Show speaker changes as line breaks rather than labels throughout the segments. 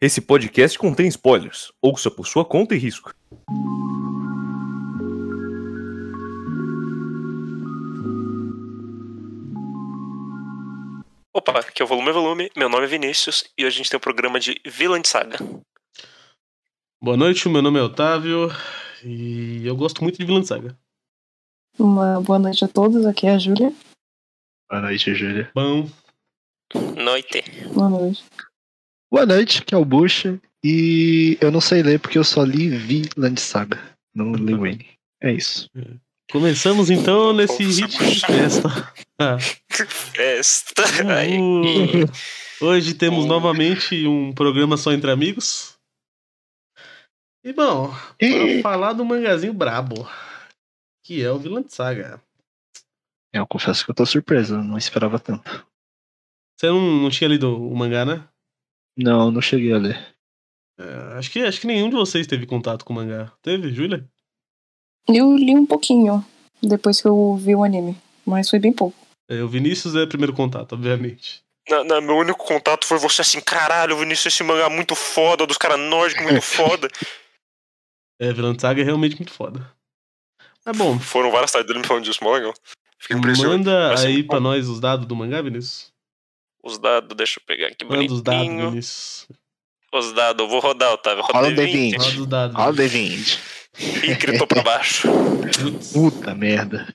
Esse podcast contém spoilers. Ouça por sua conta e risco.
Opa, que é o Volume é Volume, meu nome é Vinícius e hoje a gente tem o programa de Vilã de Saga.
Boa noite, meu nome é Otávio e eu gosto muito de Vilã de Saga.
Uma boa noite a todos, aqui é a Júlia.
Boa noite, Júlia.
Bom,
Noite.
Boa noite.
Boa noite, que é o Bucha. E eu não sei ler porque eu só li Vinland Saga. Não li Wayne. É isso.
começamos então nesse
Nossa,
ritmo de festa. Ah,
Festa. Aí.
uh, hoje temos
Hum.
novamente um programa só entre amigos. E bom, pra falar do mangazinho brabo, que é o Vilã de Saga.
Eu confesso que eu tô surpreso, eu não esperava tanto.
Você não, não tinha lido o mangá, né?
Não, não cheguei a ler.
É, acho, que, acho que nenhum de vocês teve contato com o mangá. Teve, Júlia?
Eu li um pouquinho depois que eu vi o anime, mas foi bem pouco.
É, o Vinícius é primeiro contato, obviamente.
Na- na- meu único contato foi você assim, caralho, Vinícius, esse mangá é muito foda, dos caras nórdicos muito foda.
É, Vilã de Saga é realmente muito foda. Mas bom,
Foram várias tardes dele me falando disso, mó legal. Fiquei impressionado.
Manda
Vai ser
aí
muito
pra
bom.
nós os dados do mangá, Vinícius.
Os dados, deixa eu pegar aqui
Manda os dados,
bonitinho.
Vinícius.
Os dados, eu vou rodar, Otávio. Roda
Roda
o
o
D20.
D20.
Roda os dados.
D20.
E gritou pra baixo.
Putz.
Puta merda.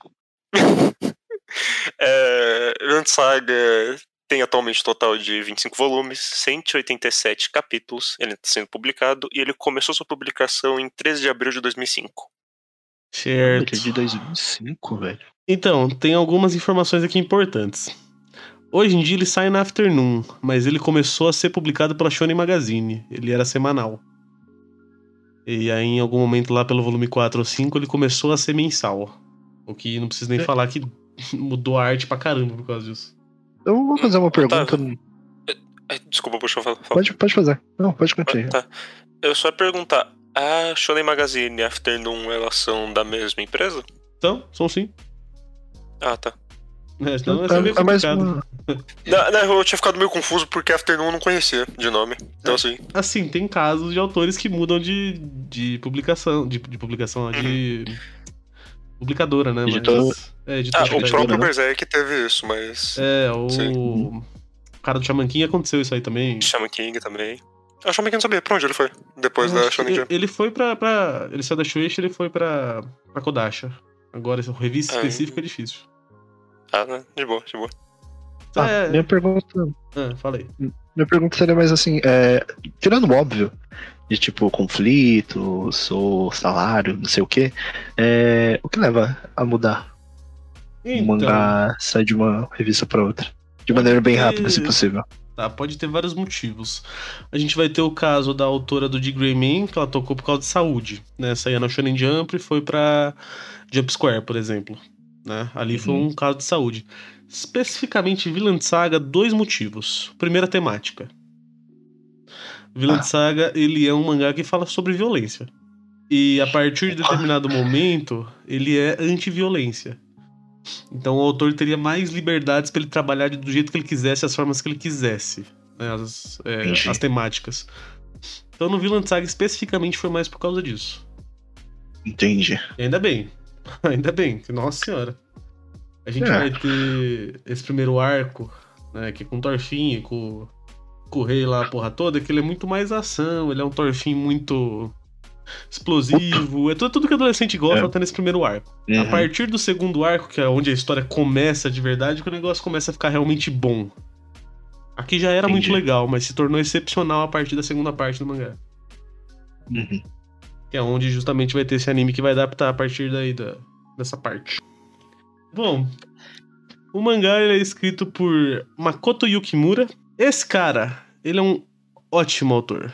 É, Vinland Saga tem atualmente um total de 25 volumes, 187 capítulos. Ele está sendo publicado e ele começou sua publicação em 13 de abril de 2005.
Certo.
Aquele de 2005, velho.
Então, tem algumas informações aqui importantes. Hoje em dia ele sai na Afternoon, mas ele começou a ser publicado pela Shonen Magazine. Ele era semanal. E aí, em algum momento lá pelo volume 4 ou 5, ele começou a ser mensal. O que não preciso nem
É.
falar que mudou a arte pra caramba por causa disso.
Eu vou fazer uma pergunta.
Ai, Desculpa, puxa, fala. fala.
Pode, pode fazer. Não, pode continuar.
Tá. Eu só ia perguntar, a Shonen Magazine e a Afternoon, elas são da mesma empresa?
Então, são sim.
Ah, tá.
É, senão ia ser
Tá-
meio
tá mais
complicado.
uma-
É.
Na, na, eu tinha ficado meio confuso porque a Afternoon eu não conhecia de nome. Então, assim,
assim, tem casos de autores que mudam de, de publicação, de, de publicação, ó, de publicadora, né?
Editora.
Mas, é,
ah,
editora.
o
que
próprio
não.
Berserk teve isso, mas.
é, o
Sim.
cara do Shaman King aconteceu isso aí também.
Shaman King também. Ah, O Shaman King não sabia pra onde ele foi depois
Eu
da
acho que
Shonen
ele,
Jump.
ele foi pra, pra- Ele saiu da Shueisha, ele foi pra, pra Kodasha. Agora, essa revista
Ah,
específica é difícil.
Ah, né? De boa, de boa.
Tá,
é,
minha pergunta
ah, falei.
Minha pergunta seria mais assim, é, tirando o óbvio, de tipo conflitos ou salário, não sei o que, o que leva a mudar
Então,
um mangá sair de uma revista pra outra? De maneira bem rápida, se possível.
Tá, pode ter vários motivos. A gente vai ter o caso da autora do The Grey Man, que ela tocou por causa de saúde, né? Saía na Shonen Jump e foi pra Jump Square, por exemplo. Né? Ali foi um caso de saúde. Especificamente Villain Saga, dois motivos. Primeira temática. Villain
Ah.
Saga, ele é um mangá que fala sobre violência. E a partir de determinado momento, ele é anti-violência. Então o autor teria mais liberdades pra ele trabalhar do jeito que ele quisesse, as formas que ele quisesse, né, as, é,
Entendi.
as temáticas. Então no Villain Saga especificamente foi mais por causa disso.
Entendi.
E ainda bem, ainda bem, que nossa senhora. A gente
É.
vai ter esse primeiro arco, né, que é com o Torfinho, com, com o rei lá, a porra toda, que ele é muito mais ação, ele é um Torfinho muito explosivo, é tudo, tudo que adolescente gosta
É.
tá nesse primeiro arco. A
Uhum.
partir do segundo arco, que é onde a história começa de verdade, que o negócio começa a ficar realmente bom. Aqui já era
Entendi.
muito legal, mas se tornou excepcional a partir da segunda parte do mangá.
Uhum.
Que é onde justamente vai ter esse anime que vai adaptar a partir daí da, dessa parte. Bom, o mangá ele é escrito por Makoto Yukimura. Esse cara, ele é um ótimo autor.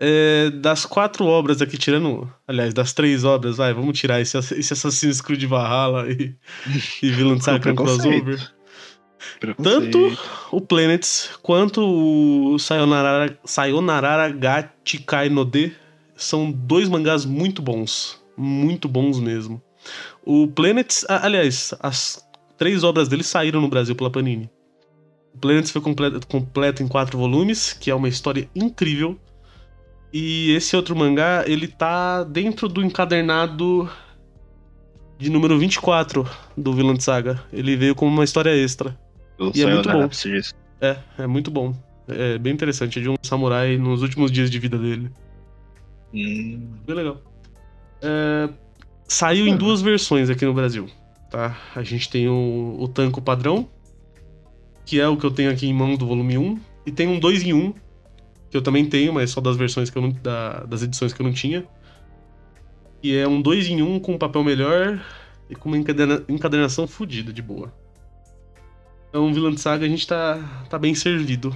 É, das quatro obras aqui, tirando. Aliás, das três obras, vai, vamos tirar esse, esse Assassin's Creed Valhalla e, e Villain Saga
Com preconceito.
Crossover.
Preconceito.
Tanto o Planets quanto o Sayonara, Sayonara Gatikai no D são dois mangás muito bons. Muito bons mesmo. O Planets, a- aliás, as três obras dele saíram no Brasil pela Panini. O Planets foi completo, completo em quatro volumes, que é uma história incrível. E esse outro mangá, ele tá dentro do encadernado de número 24 do Vilã de Saga. Ele veio como uma história extra.
Eu
E é muito bom.
disso.
É, é muito bom. É bem interessante, é de um samurai nos últimos dias de vida dele.
Hum,
Bem legal. É, saiu
Uhum.
em duas versões aqui no Brasil, tá? A gente tem o, o tanco padrão, que é o que eu tenho aqui em mão do volume 1, e tem um 2 em 1, que eu também tenho, mas só das versões que eu não, da- das edições que eu não tinha. E é um 2 em 1 com papel melhor e com uma encadena- encadernação fodida de boa. Então, Vilã de Saga, a gente tá, tá bem servido.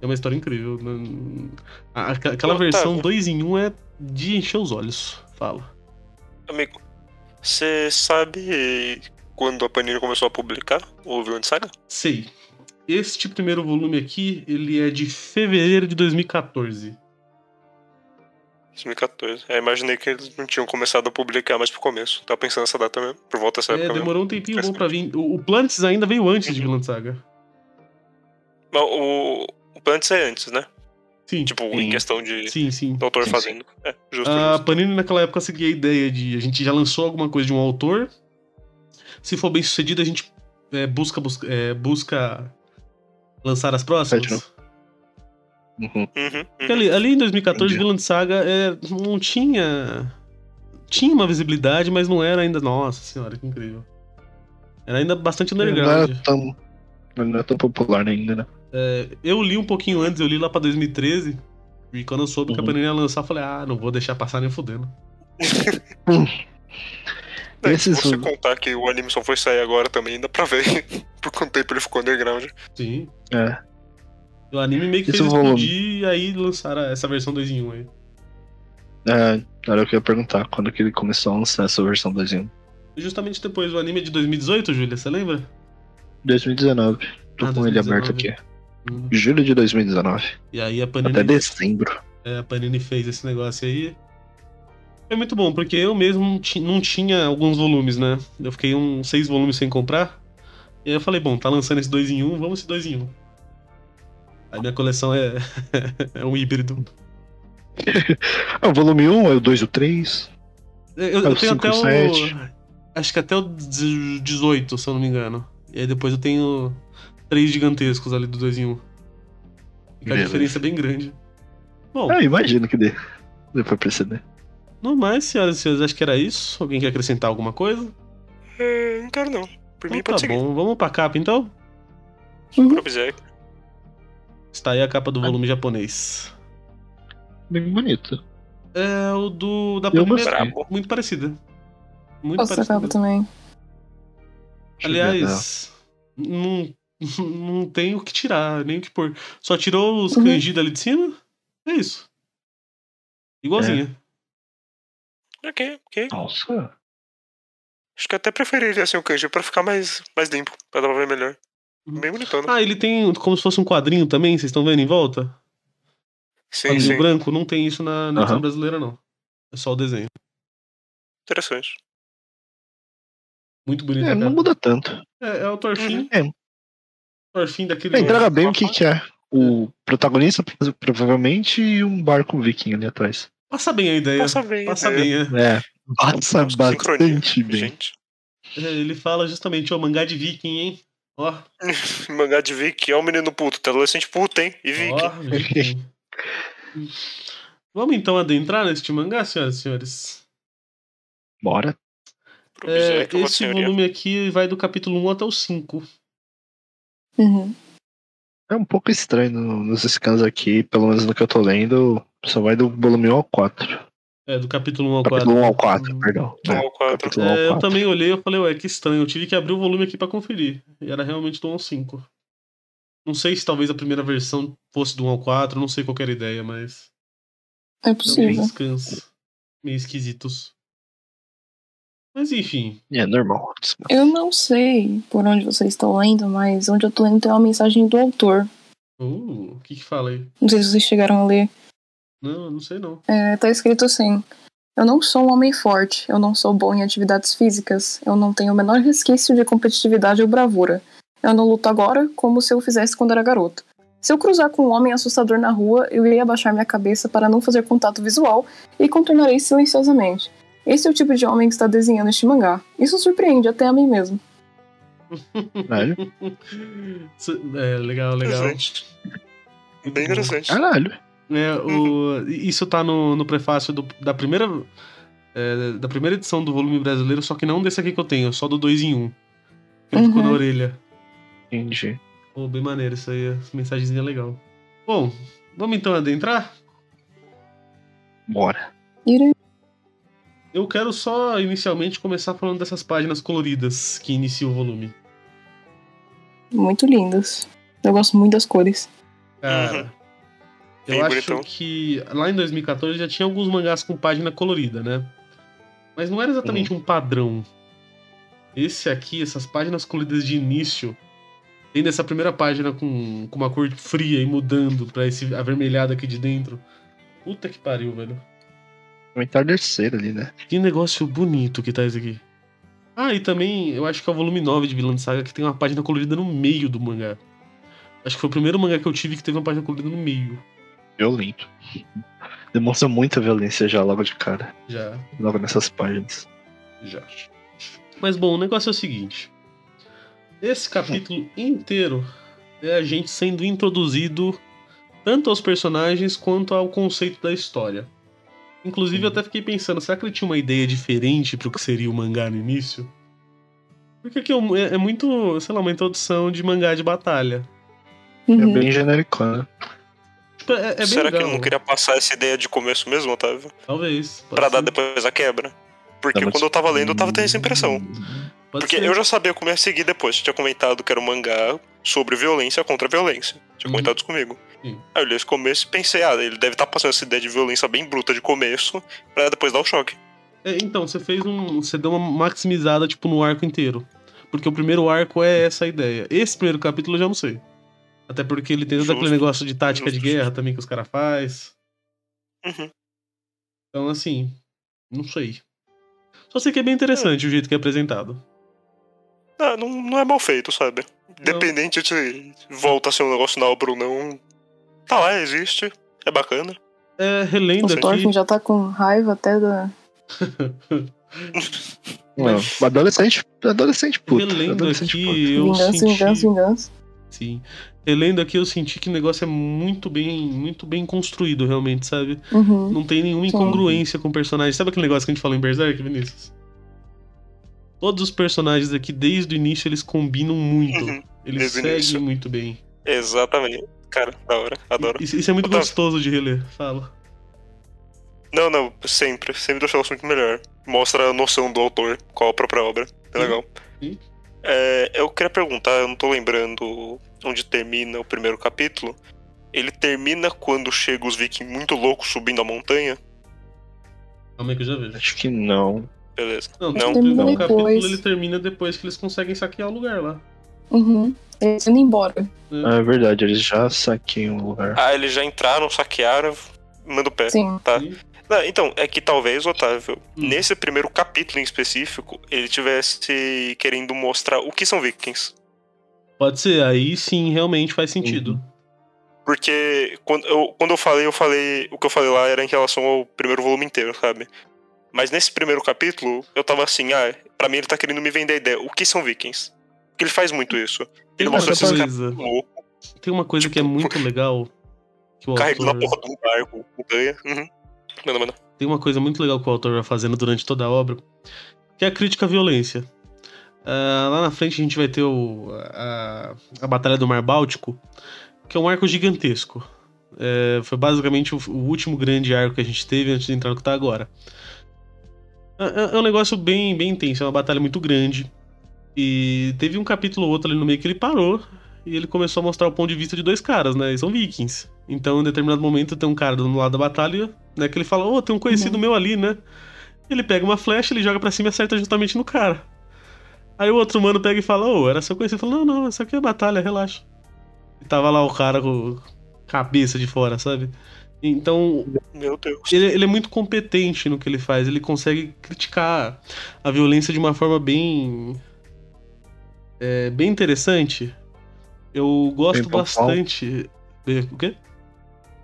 É uma história incrível. né? A- a- Aquela
Ô, Otávio.
versão 2 em 1 é de encher os olhos. Fala.
Amigo, você sabe quando a Panini começou a publicar o Vilão de Saga?
Sei. Este primeiro volume aqui, ele é de fevereiro de 2014.
2014. Eu imaginei que eles não tinham começado a publicar mais pro começo. Tava pensando nessa data mesmo, por volta dessa
É,
época mesmo. Uhum.
demorou um tempinho bom pra vir. O, o Plantes ainda veio antes de Vilã de Saga.
Mas o, o Plantes é antes, né?
Sim,
Tipo,
Sim.
em questão de
sim, sim.
do autor
Sim,
fazendo. É, justo,
A
justo.
Panini naquela época seguia a ideia de a gente já lançou alguma coisa de um autor. Se for bem sucedido, a gente é, busca, busca, é, busca lançar as
Pede não.
próximas.
uhum.
Uhum,
Porque
uhum.
ali, ali em 2014,
Entendi.
Vilã de Saga é, não tinha. Tinha uma visibilidade, mas não era ainda. Nossa senhora, que incrível. Era ainda bastante
Ele Não era
underground.
tão. ele Não é tão popular ainda, né?
Eu li um pouquinho antes, eu li lá pra 2013. E quando eu soube que a
Uhum.
Panini ia lançar, eu falei, ah, não vou deixar passar nem fudendo.
É, se
esses-
você contar que o anime só foi sair agora também, dá pra ver por quanto tempo ele ficou underground.
Sim.
É.
O anime meio que
Esse
fez
volume.
explodir e aí lançaram essa versão 2 em 1 aí.
É, era o que eu ia perguntar, quando que ele começou a lançar essa versão 2 em 1?
E justamente depois o anime é de 2018, Júlia, você lembra?
2019. Tô
Ah,
com ele
2019.
aberto aqui. Julho de 2019.
Hum. E aí a Panini
Até dezembro.
É, a Panini fez esse negócio aí. Foi muito bom, porque eu mesmo não ti- não tinha alguns volumes, né? Eu fiquei uns seis volumes sem comprar. E aí eu falei, bom, tá lançando esse dois em um, vamos esse dois em um. Aí minha coleção é, é um híbrido.
Ah, o volume 1, aí o 2 e o 3.
Eu, eu
É o
tenho até
cinco, sete.
o. Acho que até o 18, se eu não me engano. E aí depois eu tenho três gigantescos ali do dois em um. Fica a
Beleza.
diferença é bem grande. Bom,
Ah, imagino que dê. Depois pra CD.
no mais, senhoras e senhores, acho que era isso. Alguém quer acrescentar alguma coisa?
É, não quero não. Por mim
Então
pode
tá
seguir.
bom, vamos pra capa então?
Uhum.
Observe.
Está aí a capa
Ah.
do volume japonês.
Bem bonito.
É o do da
Eu
Panini é
Brabo.
muito parecida. Muito
Nossa, acaba
tá
parecida.
também.
Deixa eu ver dela.
Aliás, não, não tem o que tirar, nem o que pôr. Só tirou os
Uhum.
kanji dali de cima? É isso. Igualzinha.
Ok, ok.
Nossa.
Acho que eu até preferiria assim o kanji pra ficar mais, mais limpo, pra dar pra ver melhor.
Uhum.
Bem bonitona.
Ah, ele tem como se fosse um quadrinho também, vocês estão vendo em volta?
sim,
Quadrinho
sim.
branco, não tem isso na na edição
Aham.
brasileira, não. É só o desenho.
Interessante.
Muito bonito.
É, não muda tanto.
é, é o
Uhum.
Torfin.
É.
Torfin daquele.
É, entrega bem o que, que é. O protagonista, provavelmente, e um barco viking ali atrás.
Passa bem a ideia.
Passa bem.
Passa
né?
bem, é.
É. Passa
Sincronia,
bastante bem.
Gente,
É, Ele fala justamente, ó, mangá de viking, hein? Ó,
mangá de Vicky é um menino puto, tá adolescente puto, hein? E
ó,
Vicky.
viking. Vamos então adentrar neste mangá, senhoras e senhores?
Bora.
Pro
É,
Berserk, eu vou
esse
senhoria.
volume aqui vai do capítulo 1 até o 5.
Uhum.
É um pouco estranho no- nos scans aqui, pelo menos no que eu tô lendo. Só vai do volume 1 ao 4.
É, do capítulo 1 ao 4.
Capítulo 1 ao 4, perdão.
Um
É,
ao quatro.
capítulo 1
É,
ao
eu
4.
também olhei e falei, ué, que estranho. Eu tive que abrir o volume aqui pra conferir. E era realmente do 1 ao 5. Não sei se talvez a primeira versão fosse do 1 ao 4, não sei qual que era a ideia, mas.
É
São
possível.
uns scans meio esquisitos. Mas enfim,
É normal.
Eu não sei por onde vocês estão lendo, mas onde eu tô lendo tem uma mensagem do autor.
Uh, o que que fala aí?
Não sei se vocês chegaram a ler.
Não, não sei não.
É, tá escrito assim: Eu não sou um homem forte, eu não sou bom em atividades físicas, eu não tenho o menor resquício de competitividade ou bravura. Eu não luto agora como se eu fizesse quando era garota. Se eu cruzar com um homem assustador na rua, eu irei abaixar minha cabeça para não fazer contato visual e contornarei silenciosamente. Esse é o tipo de homem que está desenhando este mangá. Isso surpreende até a mim mesmo.
Caralho.
É, legal, legal.
Interessante. Bem interessante. Uhum.
Caralho.
É, o- isso tá no, no prefácio do- da primeira é, da primeira edição do volume brasileiro, só que não desse aqui que eu tenho, só do 2 em 1. Um, que
Uhum.
ficou na orelha.
Entendi.
Pô, bem maneiro isso aí, essa mensagenzinha é legal. Bom, vamos então adentrar?
Bora.
Ira-
Eu quero só inicialmente começar falando dessas páginas coloridas que inicia o volume.
Muito lindas. Eu gosto muito das cores.
Cara,
Uhum. Bem
eu acho
bonitão.
que lá em 2014 já tinha alguns mangás com página colorida, né? Mas não era exatamente um padrão. Esse aqui, essas páginas coloridas de início, tem dessa primeira página com, com uma cor fria e mudando pra esse avermelhado aqui de dentro. Puta que pariu, velho.
Um entardecer ali, né?
Que negócio bonito que tá isso aqui. Ah, e também eu acho que é o volume 9 de Vilã de Saga que tem uma página colorida no meio do mangá. Acho que foi o primeiro mangá que eu tive que teve uma página colorida no meio.
Violento. Demonstra muita violência já logo de cara.
Já.
Logo nessas páginas.
Já. Mas bom, o negócio é o seguinte. Esse capítulo inteiro é a gente sendo introduzido tanto aos personagens quanto ao conceito da história. Inclusive, eu até fiquei pensando, será que ele tinha uma ideia diferente pro que seria o mangá no início? Porque aqui é um- é é muito, sei lá, uma introdução de mangá de batalha.
É
Uhum.
bem genérico, né?
Tipo, é, é bem
Será
legal.
que ele não queria passar essa ideia de começo mesmo, Otávio?
Talvez. pode
Pra dar
ser.
depois a quebra? Porque
Não, mas-
quando eu tava lendo, eu tava tendo essa impressão.
Pode
Porque
ser.
eu já sabia como ia seguir depois. Você tinha comentado que era um mangá sobre violência contra violência. Tinha
Uhum.
comentado isso comigo.
Sim.
Aí eu li esse começo e pensei, ah, ele deve estar passando essa ideia de violência bem bruta de começo pra depois dar o choque.
É, então, você fez um. Você deu uma maximizada, tipo, no arco inteiro. Porque o primeiro arco é essa a ideia. Esse primeiro capítulo eu já não sei. Até porque ele tem todo aquele
Justo.
negócio de tática de
Justo,
guerra
justo.
também que os caras faz.
Uhum.
Então, assim, não sei. Só sei que é bem interessante o jeito que é apresentado.
Ah, não, não é mal feito, sabe? Independente de se volta a ser um negócio na obra ou não. Tá lá, existe. É bacana.
É, relendo
O
aqui.
Thorfinn já tá com raiva até da.
Não, adolescente, adolescente puto.
relendo
adolescente
aqui, eu
Vingança, vingança,
senti.
vingança.
Sim. Relendo aqui, eu senti que o negócio é muito bem, muito bem construído, realmente, sabe?
Uhum.
Não tem nenhuma
Sim.
incongruência com o personagem. Sabe aquele negócio que a gente falou em Berserk, Vinícius? Todos os personagens aqui, desde o início, eles combinam muito.
Uhum.
Eles
desde o
seguem
início.
muito bem.
Exatamente. Cara, da hora. Adoro.
Isso, isso é muito
Otávio.
gostoso de reler. Fala.
Não, não. Sempre. Sempre deixou o assunto melhor. Mostra a noção do autor com a própria obra. É
Uhum.
legal.
Uhum.
É, eu queria perguntar, eu não tô lembrando onde termina o primeiro capítulo. Ele termina quando chega os vikings muito loucos subindo a montanha?
Calma aí que eu já vejo.
Acho que não.
Beleza.
Não,
Não,
termina
o capítulo
depois.
ele termina depois que eles conseguem saquear o lugar lá. né?
Uhum. Eles indo embora.
Ah, é verdade, eles já saqueiam o lugar.
Ah, eles já entraram, saquearam, manda o pé.
Sim.
Tá.
Sim.
Não, então, é que talvez, Otávio,
Hum.
nesse primeiro capítulo em específico, ele tivesse querendo mostrar o que são vikings.
Pode ser, aí sim, realmente faz sentido.
Porque quando eu, quando eu falei, eu falei. O que eu falei lá era em relação ao primeiro volume inteiro, sabe? Mas nesse primeiro capítulo, eu tava assim, ah, pra mim ele tá querendo me vender a ideia. O que são vikings? Porque ele faz muito isso. Ele
uma
mostrou esses caras
coisa,
loucos,
tem uma coisa
Tipo,
que é muito legal. Que o
carregando a
autor...
porra de um barco, montanha. Uhum. Manda, manda.
tem uma coisa muito legal que o autor vai fazendo durante toda a obra, que é a crítica à violência. Ah, lá na frente a gente vai ter o- a, a Batalha do Mar Báltico, que é um arco gigantesco. É, foi basicamente o, o último grande arco que a gente teve antes de entrar no que tá agora. É, é um negócio bem, bem intenso, é uma batalha muito grande. E teve um capítulo ou outro ali no meio que ele parou e ele começou a mostrar o ponto de vista de dois caras, né? E são vikings. Então, em determinado momento, tem um cara do lado da batalha, né? Que ele fala, ô, tem um conhecido meu ali, né? Ele pega uma flecha, ele joga pra cima e acerta justamente no cara. Aí o outro mano pega e fala, ô, era seu conhecido. Ele fala, não, não, isso aqui é batalha, relaxa. E tava lá o cara com cabeça de fora, sabe? Então,
Meu Deus.
ele, ele é muito competente no que ele faz. Ele consegue criticar a violência de uma forma bem. é bem interessante. Eu gosto
Bem pontual.
bastante. Bem- O quê?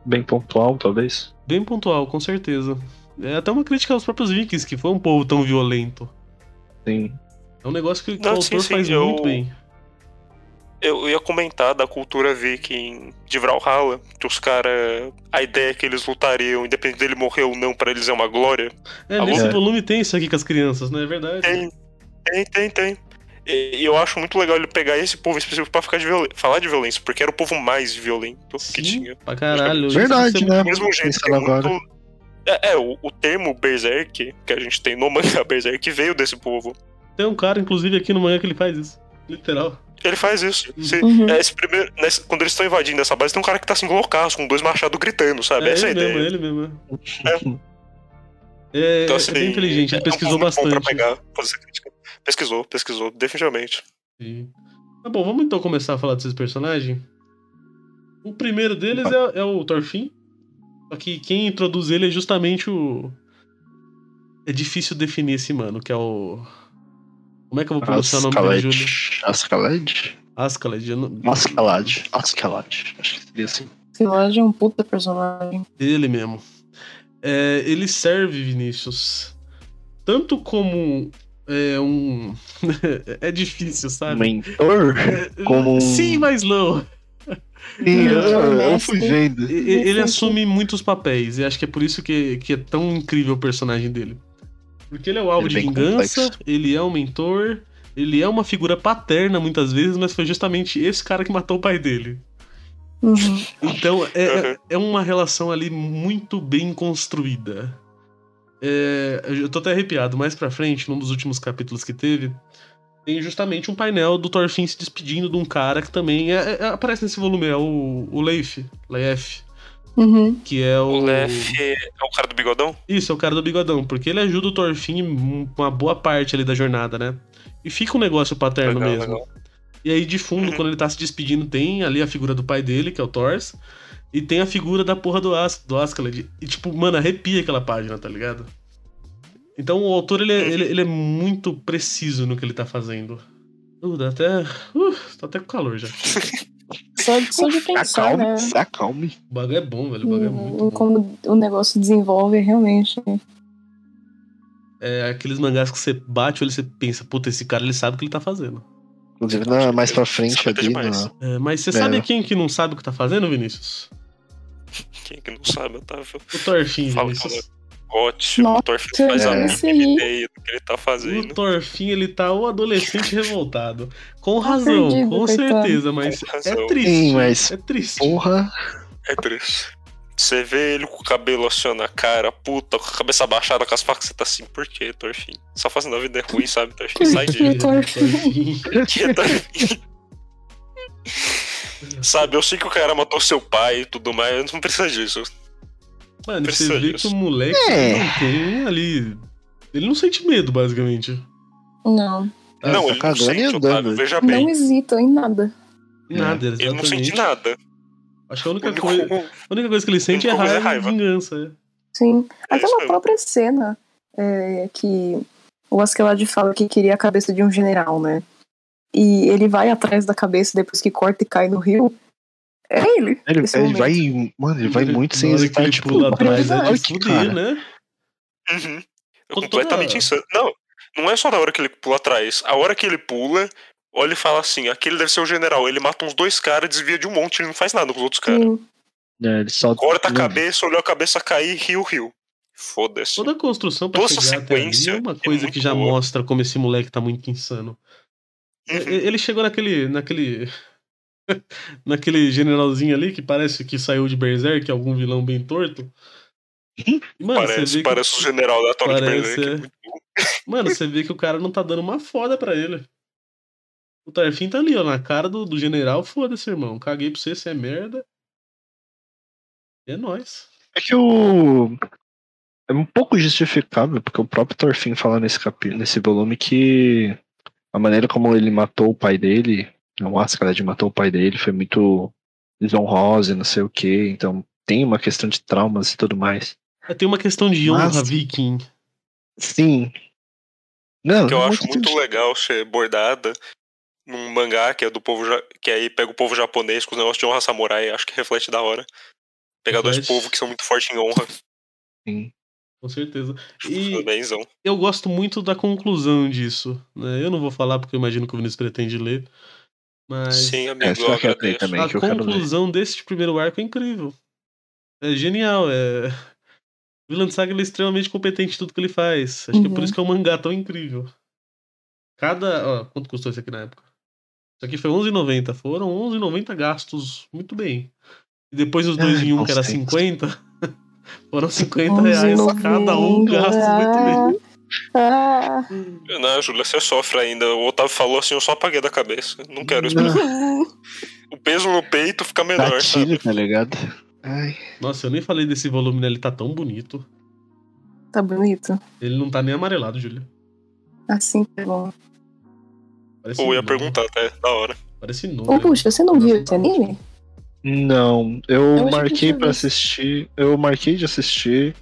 Bem pontual, talvez.
Bem pontual, com certeza. É até uma crítica aos próprios Vikings, que foi um povo tão violento.
Sim.
É um negócio que, que
Não,
o
sim,
autor
sim,
faz
eu-
muito bem.
Eu ia comentar da cultura viking de Valhalla, que os caras. A ideia é que eles lutariam, independente dele morrer ou não, pra eles é uma glória.
É,
Alô?
nesse
É.
volume tem isso aqui com as crianças, não é verdade?
Tem, tem, tem, tem. E e eu acho muito legal ele pegar esse povo específico pra ficar de violen- falar de violência, porque era o povo mais violento que tinha.
Sim, pra caralho. isso
Verdade,
é
né?
Do mesmo jeito que
Pensando agora.
muito... É, é, o, o termo Berserk, que a gente tem no mangá Berserk, veio desse povo.
Tem um cara, inclusive, aqui no manhã que ele faz isso. Literal.
Ele faz isso. Se-
Uhum.
é, esse primeiro, nesse- quando eles estão invadindo essa base, tem um cara que tá assim, loucaço, com dois machados gritando, sabe?
é
Essa é a
ele mesmo,
ideia.
é ele mesmo. é. É,
Então,
é
assim,
bem inteligente,
é
ele
um
pesquisou
ponto bom pra
bastante.
pegar, fazer essa crítica. Pesquisou, pesquisou, definitivamente.
Sim. Tá bom, vamos então começar a falar desses personagens. O primeiro deles é, é o Thorfinn. Só que quem introduz ele é justamente o. É difícil definir esse mano, que é o. Como é que eu vou pronunciar o nome dele, Júlio?
Ascalad. Ascalad?
Ascalad. eu não-
Ascalad. Ascalad. Acho que seria assim.
Sinalade é um puta personagem.
Ele mesmo. É, ele serve, Vinícius, tanto como é, um. é difícil, sabe?
Mentor? Como um-
Sim, mas não.
Sim, eu, eu
Uhum. mestre.
fui vendo.
E- e- Ele
Sim,
assume muitos papéis, e acho que é por isso que, que é tão incrível o personagem dele. Porque ele é o alvo
Ele é
de
bem
vingança,
complexo.
ele é um mentor, ele é uma figura paterna muitas vezes, mas foi justamente esse cara que matou o pai dele.
Uhum.
Então é,
Uhum.
é uma relação ali muito bem construída. É, eu tô até arrepiado. Mais pra frente, num dos últimos capítulos que teve, tem justamente um painel do Thorfinn se despedindo de um cara que também é- é- aparece nesse volume, é o, o Leif, Leif,
Uhum.
que é o...
O Lef é o cara do bigodão?
Isso, é o cara do bigodão, porque ele ajuda o Thorfinn em uma boa parte ali da jornada, né? E fica um negócio paterno
Legal,
mesmo.
legal.
E aí, de fundo, quando ele tá se despedindo, tem ali a figura do pai dele, que é o Thors, e tem a figura da porra do, As do Ascalad. E, tipo, mano, arrepia aquela página, tá ligado? Então, o autor, ele, é- ele, ele é muito preciso no que ele tá fazendo. Uh, dá até... Uh, tô até com calor já.
Só, só de pensar, né?
É.
acalme, se acalme.
O bagulho é bom, velho. O bagulho é muito
Em
bom.
como o negócio desenvolve realmente. né?
É aqueles mangás que você bate, olho e você pensa, puta, esse cara, ele sabe o que ele tá fazendo.
Inclusive, na, mais pra frente
Sabe
ali,
é demais.
na-
É, mas você
É.
sabe quem que não sabe o que tá fazendo, Vinícius?
Quem é que não sabe, Otávio?
O Thorfinn,
Fala,
Vinícius.
Ótimo,
Nossa,
o Thorfinn faz a
é.
esse
mínima
aí.
ideia do que ele tá
O
né?
fazendo.
Thorfinn, ele tá o adolescente revoltado. Com
Tá
razão,
perdido,
com
coitado.
certeza, mas
Com razão.
é triste.
Sim, mas-
É triste.
Porra.
É triste. Você vê ele com o cabelo assim na cara, puta, com a cabeça baixada, com as facas, você tá assim, por que, Torfim? Só fazendo a vida é ruim, sabe, Torfim? Sai de tá?
o Thorfinn.
Thorfinn.
que, Torfim? sabe, eu sei que o cara matou seu pai e tudo mais, eu não precisa disso.
Mano, você
Precisa
vê que
disso.
o moleque
É.
não tem ali. Ele não sente medo, basicamente.
É.
Não,
Ah,
não,
tá
ele não
cagando e
sente,
andando.
Otávio, veja Tá bem.
não hesita em nada.
É.
Nada, exatamente.
Ele não sente nada.
Acho que a
O
única,
único-
coisa, a única coisa que ele sente é
única coisa é
raiva,
raiva.
e vingança.
Sim.
É isso
Até na
mesmo.
própria cena é, que o Askeladd fala que queria a cabeça de um general, né? E ele vai atrás da cabeça depois que corta e cai no rio. É ele.
Ele,
esse
ele
um
momento.
vai, mano, ele vai muito sem
Na hora que
hesitar,
ele
tipo,
pula atrás, é
olha
de
que
fuder,
tipo, cara.
né?
Uhum. É
Com
completamente
toda-
insano. Não, não é só na hora que ele pula atrás. A hora que ele pula, olha e fala assim: aquele deve ser o general. Ele mata uns dois caras, desvia de um monte, ele não faz nada com os outros caras.
Sim.
É, ele só...
Corta a
Mano,
cabeça, olhou a cabeça cair, riu, riu. Foda-se.
Toda a construção pra
Toda
chegar
essa
até ali
sequência
é uma
é
coisa que
muito
já
boa.
mostra como esse moleque tá muito insano. E-
Uhum.
Ele chegou naquele. naquele. naquele generalzinho ali que parece que saiu de Berserk, algum vilão bem torto. Mano, você
Parece,
vê
parece o
que,
general da Torre de
parece,
Berlim, que é muito bom.
Mano, você vê que o cara não tá dando uma foda pra ele. O Tarfin tá ali, ó, na cara do, do general, foda-se, irmão. Caguei pra você, você é merda. É nóis.
É que o. É um pouco justificável, porque o próprio Thorfinn fala nesse, capi... nesse volume que a maneira como ele matou o pai dele, o Ascalad matou o pai dele, foi muito desonrosa e não sei o que, então tem uma questão de traumas e tudo mais.
É, Tem uma questão de honra,
Mas-
Viking.
Sim. Não,
Que eu
não é
acho muito
Uhum.
sentido.
legal ser bordada. num mangá que é do povo ja- que aí pega o povo japonês com os negócios de honra samurai, acho que reflete da hora. Pegar dois
Reflete.
povos que são muito fortes em honra,
Sim.
Com certeza. E-
e... benzão.
eu gosto muito da conclusão disso. Né? Eu não vou falar porque eu imagino que o Vinícius pretende ler. Mas
Sim, amigo,
Essa
eu
eu quero ler
agradeço.
também,
a
É, que eu quero ler.
conclusão deste primeiro arco é incrível. É genial. É... O Vinland Saga ele é extremamente competente em tudo que ele faz. Acho que é por
Uhum.
isso que é um mangá tão incrível. Cada. ó, quanto custou isso aqui na época? Isso aqui foi R$11,90. Foram R$11,90 gastos. Muito bem. E depois os dois
Ai,
em um, que era
conceitos.
50. Foram 50 reais cada um, gastos muito bem.
Ah,
Não, Né, Júlia, você sofre ainda. O Otávio falou assim, eu só apaguei da cabeça. Não quero isso.
Não,
O peso no peito fica menor,
Gatilho,
sabe?
tá ligado? Ai,
Nossa, eu nem falei desse volume, né? Ele tá tão bonito.
tá bonito.
Ele não tá nem amarelado, Júlia.
Assim que é bom.
Parece
Ou ia
novo.
perguntar até, da hora.
Parece né? novo.
Ô, Buxa, você não viu esse anime?
Não,
Eu
eu,
achei que
marquei
tinha
pra
visto.
assistir. Eu marquei de assistir.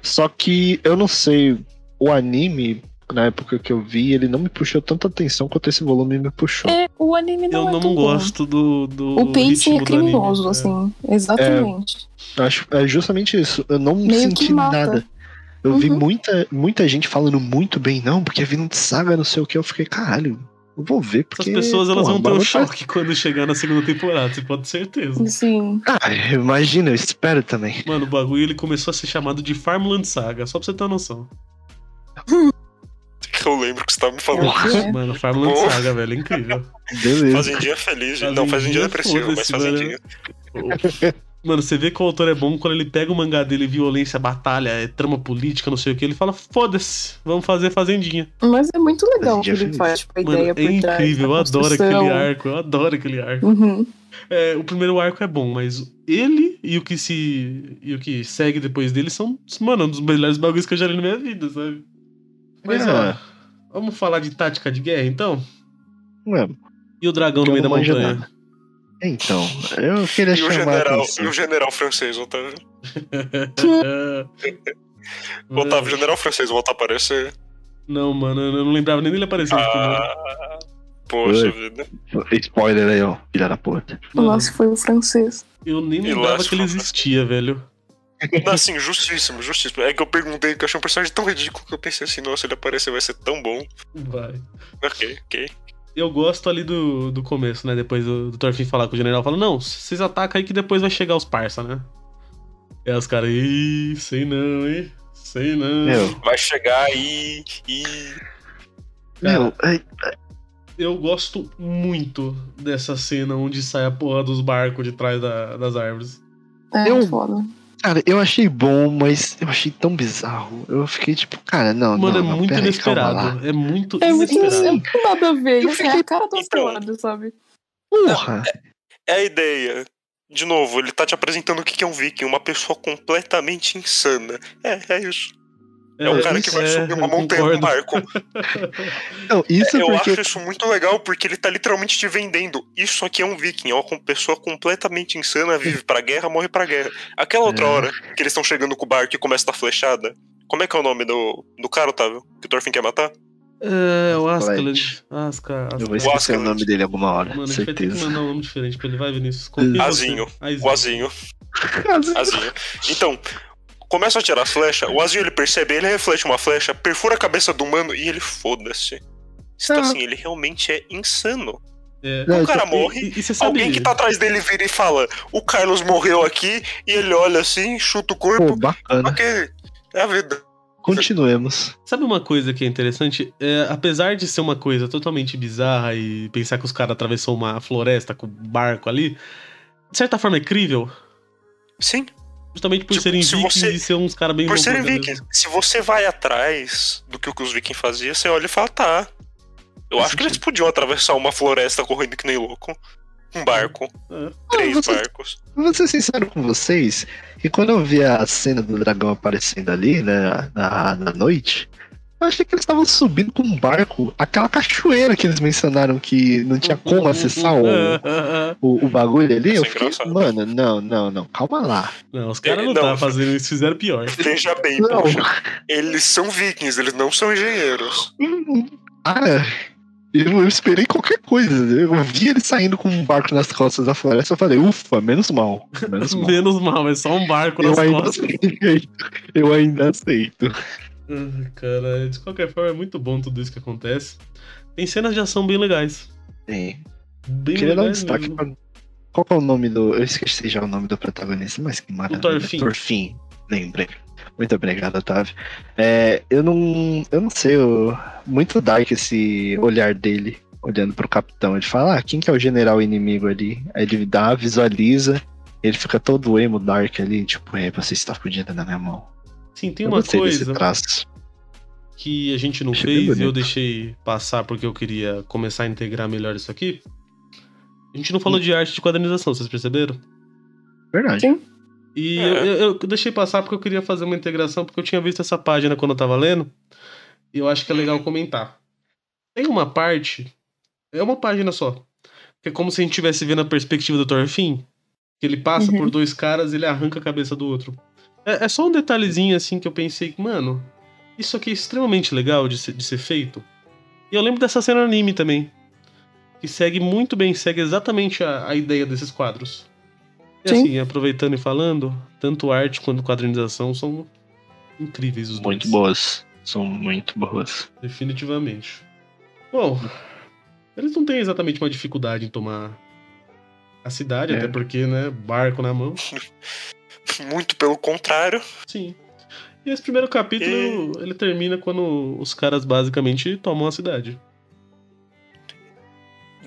Só que eu não sei, o anime, na época que eu vi, ele não me puxou tanta atenção quanto esse volume me puxou.
É, o anime não
Eu
é
não
tão bom.
gosto do, do.
O pacing
ritmo
é
do anime,
criminoso,
né?
assim. Exatamente.
Eu Acho, é justamente isso. Eu não
Meio que
senti
mata.
nada. Eu vi
Uhum.
muita, muita gente falando muito bem, não, porque é vindo de saga, não sei o que. Eu fiquei, caralho, eu vou ver porque.
Essas pessoas elas
porra,
vão ter um
bagulho faz-
choque quando chegar na segunda temporada, você pode ter certeza.
Sim.
Ah, imagina, eu espero também.
Mano, o bagulho ele começou a ser chamado de Farmland Saga, só pra você ter uma noção.
Que eu lembro que você tava me falando.
Porra.
É.
Mano, Farmland
Bom.
Saga, velho, é incrível.
Beleza.
Fazendinha feliz, gente. Não, fazendinha
Fazendinha,
depressiva, mas
foda-se, mano.
né?
fazendinha.
Mano, você vê que o autor é bom quando ele pega o mangá dele, violência, batalha, é trama política, não sei o que, ele fala, foda-se, vamos fazer Fazendinha.
Mas é muito legal o que
Fazendinha
ele
feliz.
faz, tipo, a
Mano,
ideia
é
por trás.
incrível, eu
a
adoro
construção.
aquele arco, eu adoro aquele arco.
Uhum.
É, o primeiro arco é bom, mas ele e o que se e o que segue depois dele são, mano, um dos melhores bagulhos que eu já li na minha vida, sabe? Mas
É.
ó, vamos falar de tática de guerra, então?
Ué,
E o dragão no
Eu
meio da
não manjo
montanha?
nada. Então, eu queria
E o,
chamar a
general,
atenção.
e o general francês, Otávio.
É.
É.
Otávio, general francês, voltar a aparecer.
Não, mano, eu não lembrava nem dele aparecer. nesse primeiro.
Ah, poxa
Oi.
vida.
Spoiler aí, ó, filha da puta.
O
Mano,
nosso foi o francês.
eu nem
E
lembrava
Last
que ele
of Us.
existia, velho.
Não, assim, justíssimo, justíssimo. É que eu perguntei, que eu achei um personagem tão ridículo que eu pensei assim, nossa, ele aparecer vai ser tão bom.
Vai.
Ok, ok.
Eu gosto ali do, do começo, né? Depois do, do Thorfinn falar com o general, fala, não, vocês atacam aí que depois vai chegar os parça, né? E aí os caras, ih, sei não, hein? Sei não.
Meu.
Vai chegar aí e.
Meu, é, ai,
Eu gosto muito dessa cena onde sai a porra dos barcos de trás da- das árvores.
É,
Eu-
foda.
cara, eu achei bom, mas eu achei tão bizarro. Eu fiquei tipo, cara, não,
Mano,
não,
é
não,
muito
peraí, calma
inesperado.
lá.
É muito
É muito
inesperado.
inesperado. Nada a ver.
Eu
Isso é
fiquei-
a cara do
Então.
Asteroide, sabe?
Porra!
É a ideia. De novo, ele tá te apresentando o que que é um viking, uma pessoa completamente insana. É, é isso. É, um cara que vai
é,
subir uma
eu
montanha com um
concordo.
barco.
Não, isso
eu
porque.
acho isso muito legal, porque ele tá literalmente te vendendo. Isso aqui é um viking, é uma com- pessoa completamente insana, vive pra guerra, morre pra guerra. Aquela outra
É.
hora que eles estão chegando com o barco e começa a dar flechada. Como é que é o nome do, do cara, Otávio? Que o Thorfinn quer matar?
É, o Ascalad.
Ascalad.
Asca, Asca.
Eu vou esquecer o
Waskland.
nome dele alguma hora,
Mano, a gente vai ter que
certeza.
mandar um nome diferente pra ele. Vai, Vinícius. confia em você.
Azinho.
Azinho.
O Azinho. Azinho. Então, começa a tirar as flechas, o Azinho ele percebe, ele reflete uma flecha, perfura a cabeça do humano e ele foda-se. Então,
Ah.
assim, ele realmente é insano.
É.
Não, tipo,
O cara
E-
morre,
E, e você sabe...
Alguém que tá atrás dele vira e fala: O Carlos morreu aqui, e ele olha assim, chuta o
Pô,
corpo.
bacana.
Ok, é a vida.
Continuemos.
Sabe uma coisa que é interessante? É, apesar de ser uma coisa totalmente bizarra e pensar que os caras atravessou uma floresta com um barco ali, de certa forma é crível,
Sim,
justamente por
Tipo,
serem
se
vikings
você-
e ser uns caras bem né?
por serem
né?
loucura
vikings. Se você vai atrás do que os vikings faziam, você olha e fala: Tá. Eu
Faz
acho que eles podiam atravessar uma floresta correndo que nem louco. Um barco,
mesmo.
três
você-
barcos.
Vou ser sincero com vocês, que quando eu vi a cena do dragão aparecendo ali, né, na, na noite, eu achei que eles estavam subindo com um barco, aquela cachoeira que eles mencionaram que não tinha como acessar um? o, o, o bagulho ali,
Isso
eu
é
fiquei,
engraçado.
mano, não, não, não, calma lá.
Não, os caras não
É, não.
tá fazendo isso, fizeram pior.
Veja bem,
Não,
poxa, eles são vikings, eles não são engenheiros.
cara, Eu, eu esperei qualquer coisa. Eu vi ele saindo com um barco nas costas da floresta. Eu falei, ufa, menos mal. Menos mal.
Menos mal, é só um barco nas
Eu ainda,
costas.
aceito, eu ainda aceito.
Ah, Cara, de qualquer forma, é muito bom tudo isso que acontece. Tem cenas de ação bem legais.
Sim.
Bem
Queria dar um
legais
destaque
mesmo.
pra. Qual que é o nome do. Eu esqueci já o nome do protagonista, mas que maravilha.
Thorfinn.
Thorfinn, lembrei. Muito obrigado, Otávio. É, eu não. Eu não sei, eu- muito dark esse olhar dele, olhando pro capitão. Ele fala, ah, quem que é o general inimigo ali? Aí ele dá, visualiza, ele fica todo emo dark ali, tipo, é, você está fodida na minha mão.
Sim, tem
Eu
uma
gostei desse
coisa
traço.
que a gente não
Achei bem
fez e eu
bonito.
deixei passar porque eu queria começar a integrar melhor isso aqui. A gente não falou
Hum.
de arte de quadrinização, vocês perceberam?
Verdade.
Sim.
E
É.
eu, eu- eu deixei passar porque eu queria fazer uma integração, porque eu tinha visto essa página quando eu tava lendo. E eu acho que é
Uhum.
legal comentar. Tem uma parte. É uma página só. Que é como se a gente estivesse vendo a perspectiva do Thorfinn. Que ele passa
Uhum.
por dois caras ele arranca a cabeça do outro. É, é só um detalhezinho assim que eu pensei, mano, isso aqui é extremamente legal de ser, de ser feito. E eu lembro dessa cena no anime também. Que segue muito bem, segue exatamente a, a ideia desses quadros. E
Sim.
assim, aproveitando e falando, tanto arte quanto quadrinização são incríveis os
Muito
dois.
boas. São muito boas.
Definitivamente. Bom, eles não têm exatamente uma dificuldade em tomar a cidade,
É.
até porque, né, barco na mão.
Muito pelo contrário.
Sim. E esse primeiro capítulo, ele termina quando os caras basicamente tomam a cidade.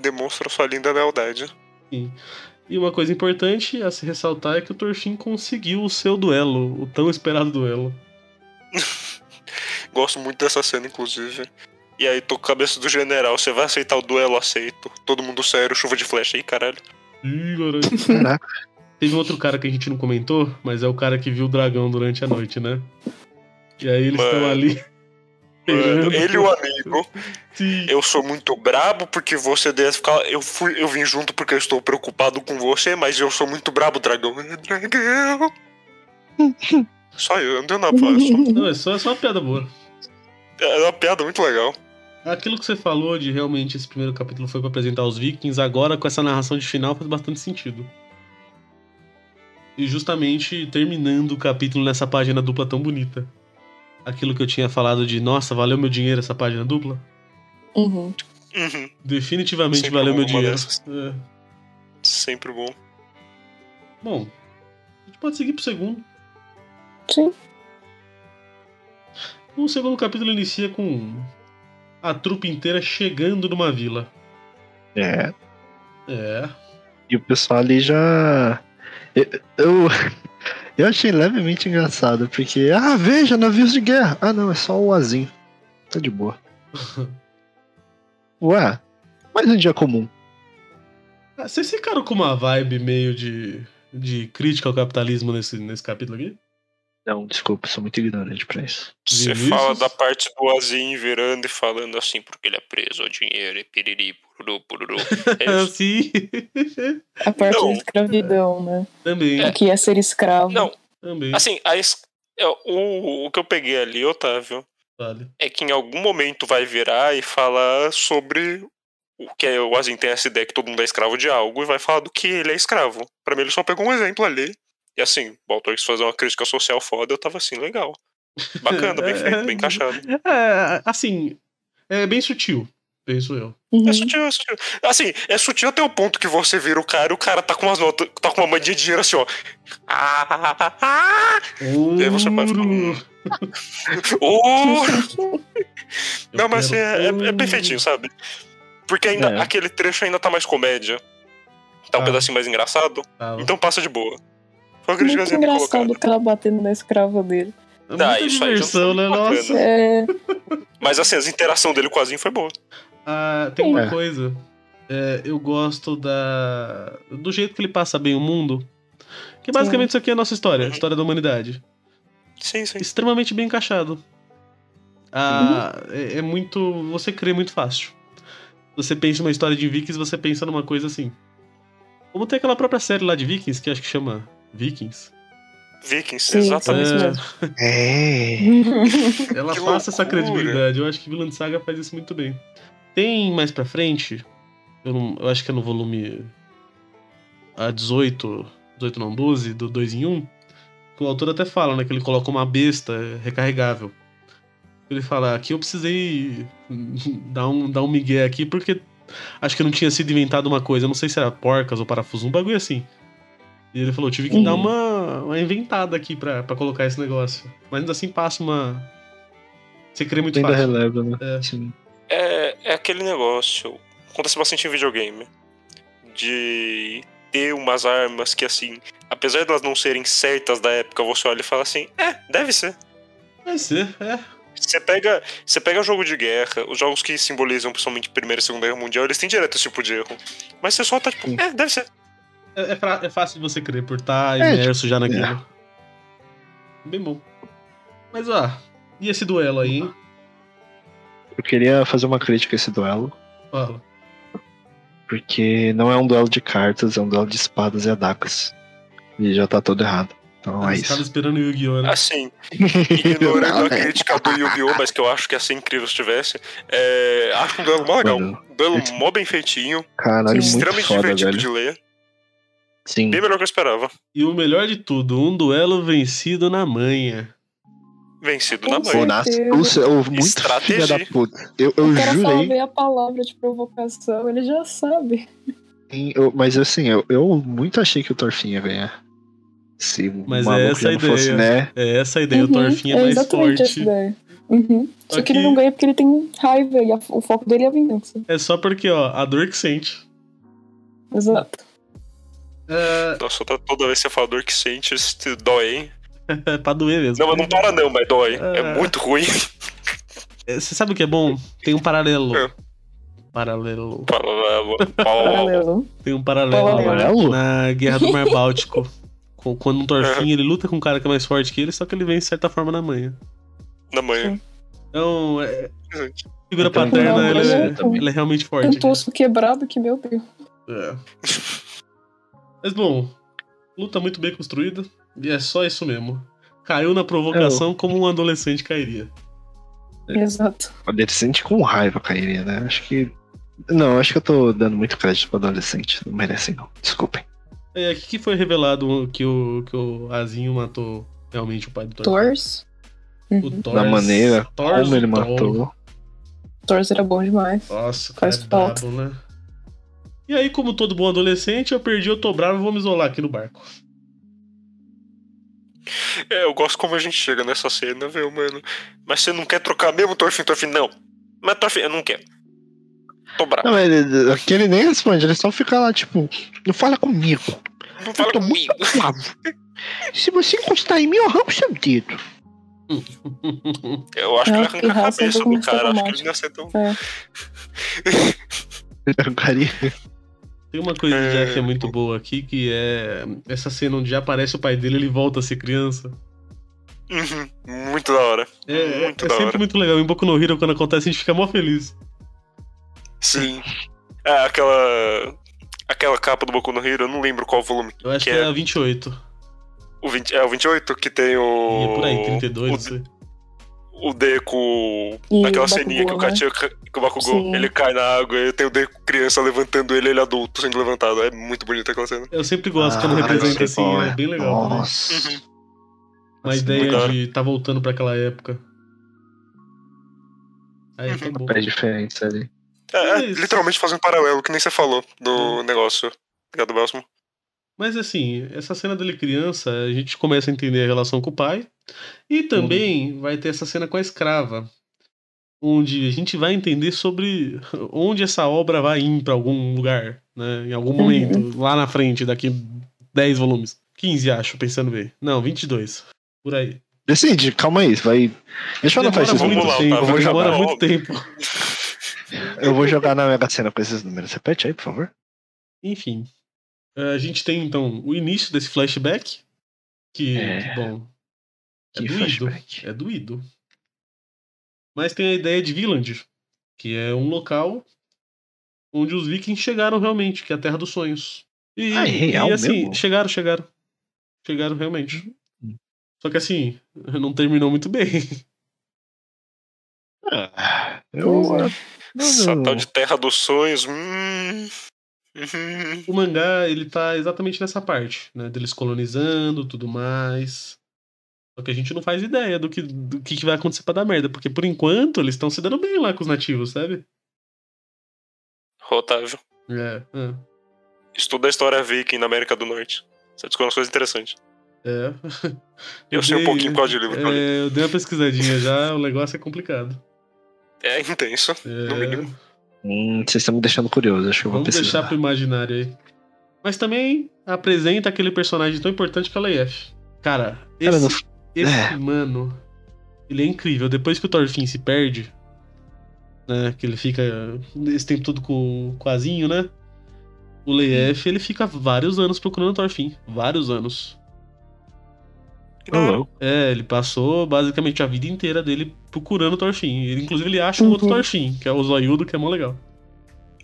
Demonstra sua linda lealdade.
E uma coisa importante a se ressaltar é que o Torfin conseguiu o seu duelo, o tão esperado duelo.
Gosto muito dessa cena, inclusive. E aí, tô com a cabeça do general. Você vai aceitar o duelo? Aceito. Todo mundo sério, chuva de flecha aí, caralho.
Ih, garoto.
Caraca.
Teve um outro cara que a gente não comentou, mas é o cara que viu o dragão durante a noite, né? E aí eles
Mano.
estão ali.
Mano,
esperando.
ele e o amigo.
Sim.
Eu sou muito brabo porque você deve ficar. Eu, fui, eu vim junto porque eu estou preocupado com você, mas eu sou muito brabo, dragão. Dragão! Só eu, não deu nada pra isso.
Não, é só, é só uma piada boa.
É uma piada muito legal.
Aquilo que você falou de realmente esse primeiro capítulo foi pra apresentar os vikings, agora com essa narração de final faz bastante sentido. E justamente terminando o capítulo nessa página dupla tão bonita. Aquilo que eu tinha falado de, nossa, valeu meu dinheiro essa página dupla?
Uhum.
Uhum.
Definitivamente
Sempre
valeu meu
alguma
dinheiro.
dessas.
É.
Sempre bom.
Bom, a gente pode seguir pro segundo.
Sim.
O segundo capítulo inicia com a trupe inteira chegando numa vila.
É.
É.
E o pessoal ali já. Eu, eu, eu achei levemente engraçado, porque. Ah, veja, navios de guerra! Ah, não, é só o Azinho. Tá de boa. Ué, mais um dia comum.
Ah, Vocês ficaram com uma vibe meio de, de crítica ao capitalismo nesse, nesse capítulo aqui?
Não, desculpa, sou muito ignorante pra isso.
Você
Vinícius?
fala da parte do Azim virando e falando assim, porque ele é preso ao dinheiro, e piriri, pururu, pururu. É isso.
Sim.
A parte
Não.
da escravidão, né?
também.
O que é ser escravo.
Não,
Também.
assim, a es- é, o, o que eu peguei ali, Otávio,
Vale.
é que em algum momento vai virar e falar sobre o que é, o Azim tem essa ideia que todo mundo é escravo de algo e vai falar do que ele é escravo. Pra mim, ele só pegou um exemplo ali. E assim, o autor quis fazer uma crítica social foda, eu tava assim, legal. Bacana, bem feito, bem encaixado.
É, assim, é bem sutil, penso eu.
Uhum.
É sutil, é sutil. Assim, é sutil até o ponto que você vira o cara e o cara tá com umas notas, tá com uma mandinha de dinheiro assim, ó. Ah, ah, ah, ah. aí você vai falar,
Ouro.
Oh!
Eu
Não, mas assim,
quero
é, é- é
um
ouro.
perfeitinho, sabe? Porque ainda
É.
aquele trecho ainda tá mais comédia. Tá um
Ah.
pedacinho mais engraçado,
Tava.
então passa de boa. Foi uma
Ah. Muito
criticazinha bem
engraçado o
colocada.
cara batendo na escrava dele.
É Muita
Ah, isso aí já
diversão,
foi
né?
bacana.
Nossa.
É,
Mas assim, as interação dele com o Azinho foi boa.
Ah, tem uma
É.
coisa. É, eu gosto da. do jeito que ele passa bem o mundo. Que basicamente isso aqui é a nossa história, a
Uhum.
história da humanidade.
Sim, sim.
extremamente bem encaixado. Ah, é, é muito. Você crê muito fácil. Você pensa numa história de Vikings, você pensa numa coisa assim. Como tem aquela própria série lá de Vikings, que acho que chama Vikings.
Vikings,
Sim,
exatamente.
sim.
É,
É.
ela
Que
passa essa
loucura.
credibilidade. Eu acho que Vilã de Saga faz isso muito bem. Tem mais pra frente, eu, não- eu acho que é no volume a 18, 18 não, 12, do 2 em 1, que o autor até fala, né, que ele coloca uma besta recarregável. Ele fala, aqui eu precisei dar um, dar um migué aqui, porque acho que não tinha sido inventado uma coisa, eu não sei se era porcas ou parafuso, um bagulho assim. E ele falou, tive que
Uhum.
dar uma, uma inventada aqui pra, pra colocar esse negócio. Mas ainda assim passa uma... Você crê muito
Ainda
fácil.
releva, né?
É.
Sim.
É, é aquele negócio. Acontece bastante em videogame. De ter umas armas que, assim, apesar de elas não serem certas da época, você olha e fala assim: é, deve ser.
Vai ser, é.
Você pega, você pega jogo de guerra, os jogos que simbolizam principalmente Primeira e Segunda Guerra Mundial, eles têm direto esse tipo de erro. Mas você só tá tipo,
Sim.
é, deve ser.
É, é fra- é fácil de você crer, por estar
É,
imerso já naquilo. Bem bom. Mas ó, e esse duelo aí, hein?
Eu queria fazer uma crítica a esse duelo,
Fala.
porque não é um duelo de cartas, é um duelo de espadas e adagas. E já tá todo errado. Então é
Você tava
isso.
esperando o Yu-Gi-Oh! né?
Assim, ignorando
Não,
a
né?
é crítica do Yu-Gi-Oh!, mas que eu acho que ia ser incrível se tivesse, é, acho um duelo mó legal.
Mano,
Um duelo
esse-
mó bem feitinho,
Caralho,
Sim.
muito
extremamente
foda,
divertido
velho.
de ler,
Sim.
bem melhor que eu esperava.
E o melhor de tudo, um duelo vencido na manha.
Vencido na
Nossa.
mãe.
Pô, na- o seu- o muito
Estratégia.
filha da puta. Eu, eu
o cara só
jurei,
vê a palavra de provocação, ele já sabe.
em- eu- mas assim, eu, eu muito achei que o Torfin ia ganhar. Se o
Mas é
maluco
essa
já não
a ideia.
fosse, né?
É essa a ideia,
Uhum,
o Torfinho é,
é
mais
exatamente
forte.
essa ideia. Uhum. Só
Aqui-
que ele não ganha porque ele tem raiva e a- o foco dele é a vingança.
É só porque, ó, a dor que sente.
Exato.
É,
Nossa, tá toda vez que você fala dor que sente, isso dói, hein?
é pra doer mesmo.
Não, mas não para não, mas dói. É
Ah.
muito ruim.
É, Você sabe o que é bom? Tem um paralelo.
É.
Paralelo.
Ah,
Paralelo.
Tem um paralelo,
Paralelo?
na Guerra do Mar Báltico. com- Quando um Torfin ele luta com um cara que é mais forte que ele, só que ele vem de certa forma na manhã.
Na manhã.
Então, é,
Uhum.
figura
Então,
paterna,
não,
ele,
mas
é-
eu tô-
ele é realmente forte.
Tanto osso quebrado que, meu Deus.
É. Mas bom, luta muito bem construída. E é só isso mesmo. Caiu na provocação
É.
como um adolescente cairia. É.
Exato.
Adolescente com raiva cairia, né? Acho que. Não, acho que eu tô dando muito crédito pra adolescente. Não merecem, não. Desculpem.
É, o que que foi revelado que o, que o Azinho matou realmente o pai do Thor?
Tors. Uhum.
O Thor. é
Da maneira
Thor,
como ele
o Thor.
matou.
Tors era bom demais.
Nossa, o cara
Faz
é
falta.
brabo, né? E aí, como todo bom adolescente, eu perdi, eu tô bravo, vou me isolar aqui no barco.
É, eu gosto como a gente chega nessa cena, viu, mano? Mas você não quer trocar mesmo, Torfin? Torfin, não. Mas Torfin, eu não quero. Tô bravo.
Não, ele, aquele nem responde, ele só fica lá, tipo, não fala comigo.
Não, fala
eu tô
comigo.
muito bravo. Se você encostar em mim, eu arranco seu dedo.
Eu acho que
Não,
ele
que
arranca a
raça,
cabeça
eu tô
do cara. Acho que ele
sintomático.
não aceitou.
Eu queria-
Tem uma coisa já
É.
que é muito boa aqui, que é essa cena onde já aparece o pai dele, ele volta a ser criança.
Uhum, Muito da hora.
É,
muito
é
da
sempre
hora.
muito legal. Em Boku no Hero, quando acontece, a gente fica mó feliz.
Sim. É, aquela. Aquela capa do Boku no Hero, eu não lembro qual volume.
Eu acho
Que
que,
é-
é a 28.
O 20, é o 28 que tem o.
E é por aí, 32. sei.
O Deku.
E
Naquela
o
ceninha que o
Bakugou, né?
Katia. Que o Bakugou.
Sim.
Ele cai na água e tem o Deku criança levantando ele, ele adulto sendo levantado. É muito bonita aquela cena.
Eu sempre gosto quando representa
Caralho,
assim,
bom,
é bem legal. Né?
Ah, Nossa.
Uhum.
Uma
muito da
ideia
hora.
de tá voltando pra aquela época. Aí é tão bom.
É diferente ali.
É, é,
Isso. Hum.
literalmente fazendo um paralelo, que nem você falou do negócio. Obrigado, Belsmo.
Mas assim, essa cena dele criança, a gente começa a entender a relação com o pai. E
Uhum.
também vai ter essa cena com a escrava, onde a gente vai entender sobre onde essa obra vai ir pra algum lugar, né? Em
Uhum.
algum momento, lá na frente, daqui 10 volumes. 15, acho, pensando bem. Não, 22. Por aí.
Decide, calma aí, vai. Deixa eu
Demora
anotar
vamos
esses
muito
números.
lá,
tempo,
Otávio,
já
demora
vai.
muito tempo.
Eu vou jogar na Mega Sena com esses números. Repete aí, por favor.
Enfim. A gente tem, então, o início desse flashback, que,
É.
bom, é
Que
doído.
flashback.
É doído. Mas tem a ideia de Viland, que é um local onde os vikings chegaram realmente, que é a Terra dos Sonhos. E,
Ah, é real
e assim,
mesmo?
chegaram, chegaram. Chegaram realmente.
Hum.
Só que assim, não terminou muito bem.
Ah,
Pois
eu,
é.
Satã de Terra dos Sonhos. Hum. Uhum.
O mangá, ele tá exatamente nessa parte, né? Deles colonizando, tudo mais. Só que a gente não faz ideia do que, do que, que vai acontecer pra dar merda, porque por enquanto eles estão se dando bem lá com os nativos, sabe?
Otávio,
É, é.
estuda a história viking na América do Norte. Você descobre umas coisas interessantes.
é.
Eu sei um
dei-
pouquinho qual de livro que eu li.
É, eu dei uma pesquisadinha já, o negócio é complicado.
É intenso.
É,
mínimo.
Hum, vocês estão me deixando curioso, acho que eu vou
vamos
precisar.
deixar pro imaginário aí. Mas também apresenta aquele personagem tão importante que é o Leif. Cara,
Cara,
esse,
no-
esse
é.
mano, ele é incrível. Depois que o Thorfinn se perde, né, que ele fica esse tempo todo com com o Azinho, né? O Leif, ele fica vários anos procurando o Thorfinn. Vários anos.
Ô,
Então,
louco.
É, ele passou basicamente a vida inteira dele procurando o Thorfinn. Ele, inclusive, ele acha um outro
Uhum.
Thorfinn, que é o Zoiudo, que é mó legal.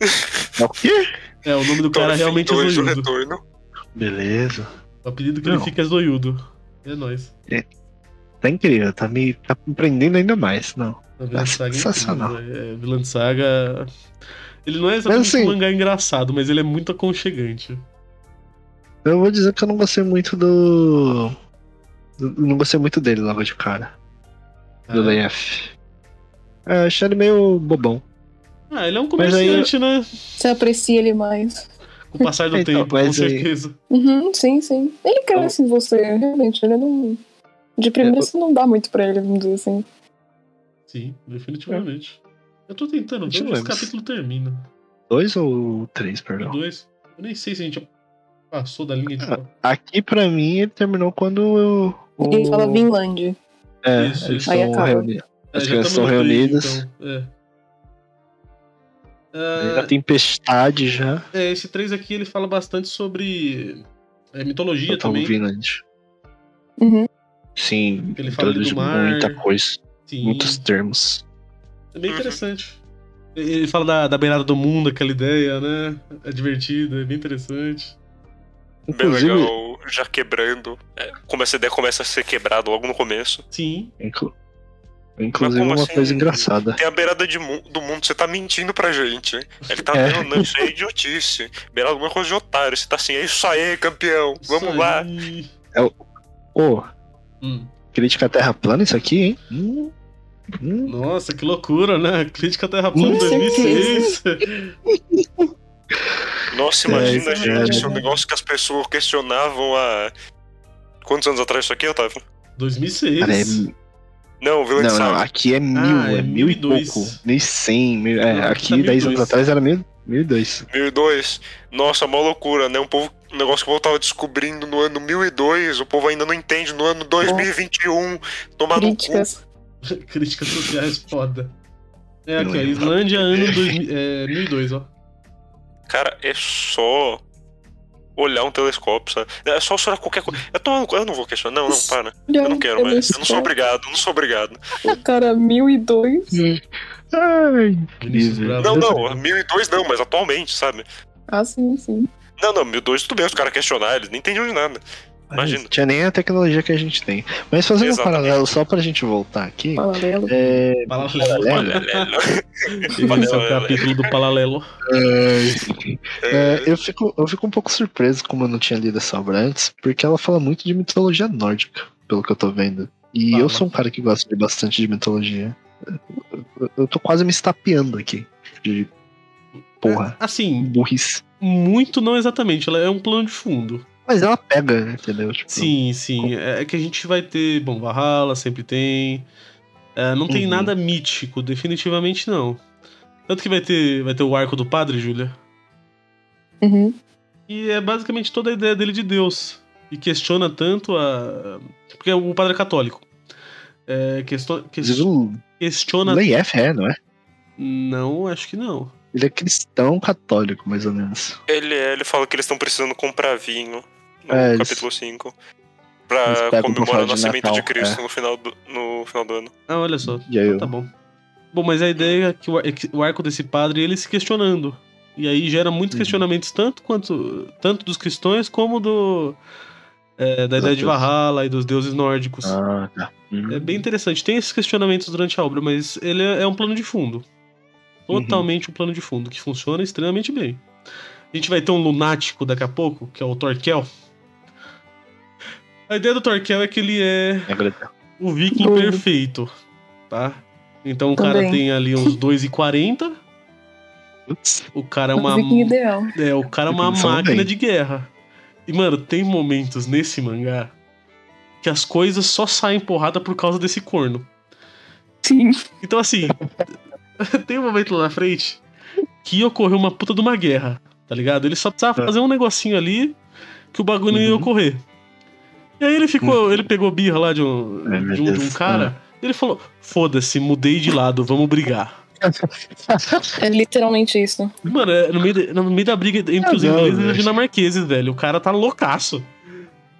É o quê?
É, o nome do cara
Thorfinn
realmente é
assim, dois, né? o
Zoiudo.
retorno.
Beleza.
O apelido que
Não.
ele fica é Zoiudo. É nóis.
Tá incrível, tá me, tá me prendendo ainda mais. Não.
A vilã
Ah,
de saga é
sensacional.
incrível, É, vilã de saga. Ele não é exatamente
assim-
um mangá engraçado, mas ele é muito aconchegante.
Eu vou dizer que eu não gostei muito do. do- Não gostei muito dele logo de cara. Do
Ah.
Leif. É, achei ele meio bobão.
Ah, ele é um
Mas aí-
comerciante, né?
Você aprecia ele mais.
Com o passar do
Então,
tempo, com
mas aí-
certeza.
Uhum, sim, sim. Ele cresce em você, realmente. Ele não. De primeira
É,
Eu-
você não dá muito pra ele, vamos dizer assim.
Sim, definitivamente. Eu tô tentando ver onde
Continuemos.
esse capítulo termina.
Dois ou três,
E
perdão.
dois. Eu nem sei se a gente passou da linha de. tipo,
Ah, Aqui pra mim ele terminou quando eu. o-
Ele fala Vinland.
É,
Isso,
eles
isso.
Aí
estão
acaba.
reunidos. As
É, já
crianças
tamo
são
no três,
reunidas.
então, é. Ah,
Na tempestade já.
é, esse 3 aqui ele fala bastante sobre é, mitologia
Eu tava
também.
ouvindo antes.
Uhum.
Sim,
Ele fala ali do
introduz
mar.
muita coisa.
Sim,
Muitos termos.
é bem
Uhum.
interessante. Ele fala da, da beirada do mundo, aquela ideia, né? É divertida, é bem interessante.
Bem
Inclusive,
legal, já quebrando. É, como essa ideia começa a ser quebrada logo no começo.
Sim,
inclu- inclusive
como
uma
assim?
coisa engraçada.
Tem a beirada de mu- do mundo, você tá mentindo pra gente. Ele tá
É.
vendo, isso é idiotice. Beirada do mundo é coisa de otário. Você tá assim, é isso aí, campeão. Vamos
isso
lá.
aí.
Ô,
Hum,
crítica à Terra plana isso aqui, hein? Hum, hum.
Nossa, que loucura, né? Crítica à Terra Plana
Com
2006.
Nossa,
É,
imagina,
é
gente. Isso é um
verdade.
negócio que as pessoas questionavam há. Quantos anos atrás isso aqui, Otávio?
2006.
Cara, é-
Não, Vilã de
Não, não,
Saga.
aqui é mil,
Ah, é
é mil
mil
e
e dois.
pouco. Mil cem, mil, é,
Não, aqui
aqui
tá mil e
10 anos
dois.
atrás era mil, mil e dois.
1002. Nossa, mó loucura, né? Um, povo, um negócio que o povo tava descobrindo no ano 1002. O povo ainda não entende no ano 2021. Tomar no cu.
Críticas.
Críticas sociais foda. É
Não
aqui, ó.
lembro.
Islândia, ano 2000, é, 1002, ó.
Cara, é só olhar um telescópio, sabe? É só olhar qualquer coisa. Eu, tô, eu não vou questionar, não, não, para. né? Eu
é
não quero mais. Eu não sou obrigado, eu não sou obrigado.
O cara 1002.
Ai,
Vinícius
incrível.
Bravo.
Não, não, 1002 não, mas atualmente, sabe?
Ah, sim, sim.
Não, não, 1002 tudo bem, os caras questionaram, eles não entendiam de nada. Imagina.
Não tinha nem a tecnologia que a gente tem. Mas fazendo um
Exatamente.
paralelo só pra gente voltar aqui.
Paralelo.
É,
Palalelo. Esse é o capítulo do Palalelo.
É, eu, fico, eu fico um pouco surpreso como eu não tinha lido essa obra antes, porque ela fala muito de mitologia nórdica, pelo que eu tô vendo. E
Fala.
eu sou um cara que gosta de bastante de mitologia. Eu- Eu, eu tô quase me estapeando aqui. De porra,
Assim,
burrice.
muito não exatamente, ela é um plano de fundo.
Mas ela pega, né, entendeu? Tipo,
Sim, sim. É que a gente vai ter, bom, Valhalla sempre tem. É, não tem
Uhum.
nada mítico, definitivamente não. Tanto que vai ter, vai ter o arco do padre, Júlia.
Uhum.
E é basicamente toda a ideia dele de Deus. E questiona tanto a. Porque o padre é católico. É, questo-
Inclusive,
ques- questiona.
o Leif um é, não é?
Não, acho que não.
Ele é cristão católico, mais ou menos.
Ele, é, ele fala que eles estão precisando comprar vinho no
É, eles-
capítulo 5.
eles
Pra
pegam pra
comemorar
falar
o
de
nascimento
Natal,
de Cristo
é.
no, final do, no final do ano.
Ah, olha só.
E aí
Ah,
eu-
Tá bom. Bom, mas a ideia é que o, ar- é que o arco desse padre ele se questionando. E aí gera muitos
Uhum.
questionamentos, tanto quanto tanto dos cristãos como do. é, da ideia de Valhalla e dos deuses nórdicos.
Ah, tá.
É bem interessante. Tem esses questionamentos durante a obra, mas ele é é um plano de fundo. totalmente um plano de fundo, que funciona extremamente bem. A gente vai ter um lunático daqui a pouco, que é o Torquel. A ideia do Torquel é que ele é
Agradeço.
o viking
Doido.
perfeito, tá? Então o cara
Também.
tem ali uns 2,40,
Putz,
o cara é
O
uma
viking ideal.
é, o cara é uma
Começando
máquina
bem.
de guerra. E, mano, tem momentos nesse mangá que as coisas só saem porrada por causa desse corno.
Sim.
Então, assim, tem um momento lá na frente que ocorreu uma puta de uma guerra, tá ligado? Ele só precisava
Tá.
fazer um negocinho ali que o bagulho não ia
Uhum.
ocorrer. E aí ele ficou, ele pegou birra lá de um,
Ai, É, meu
de um, de um
Deus. É.
cara. e Ele falou: foda-se, mudei de lado, vamos brigar.
É literalmente isso.
Mano, é no meio, da- no meio da briga entre os
Ah, não,
ingleses e os
velho.
dinamarqueses, velho. O cara tá loucaço.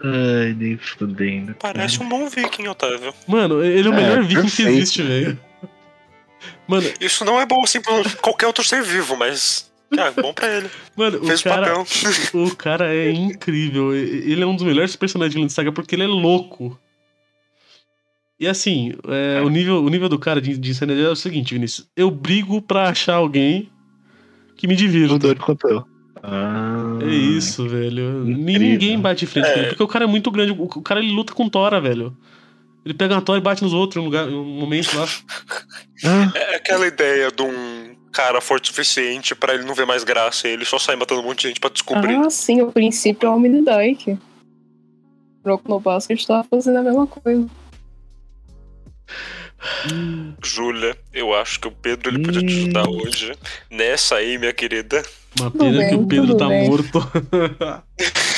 Ai, nem fudendo.
Tá
Parece um bom viking, Otávio.
Mano, ele é o
É,
melhor viking
perfeito.
que existe, velho. Mano,
Isso não é bom assim pra qualquer outro ser vivo, mas. É bom pra ele.
mano,
Fez
o cara,
o papel.
o cara é incrível. E- Ele é um dos melhores personagens de Vinland Saga porque ele é louco. E assim, é, o, nível, o nível do cara de, de insanidade é o seguinte, Vinícius. Eu brigo pra achar alguém que me
Um
divirta.
doido quanto eu. Ah,
É isso, velho.
Incrível.
Ninguém bate de frente com
É.
ele, porque o cara é muito grande. O o cara ele luta com tora, velho. Ele pega uma tora e bate nos outros em um, lugar, em um momento lá.
Ah,
É aquela ideia de um cara forte o suficiente pra ele não ver mais graça e ele só sai matando um monte de gente pra descobrir.
Ah, sim, o princípio é o homem do Dyke. Broco no Basket tá fazendo a mesma coisa.
Júlia, eu acho que o Pedro ele podia te
Hum.
ajudar hoje. Nessa aí, minha querida.
Uma
Tudo
pena que
bem,
o Pedro
tudo
tá
bem.
morto.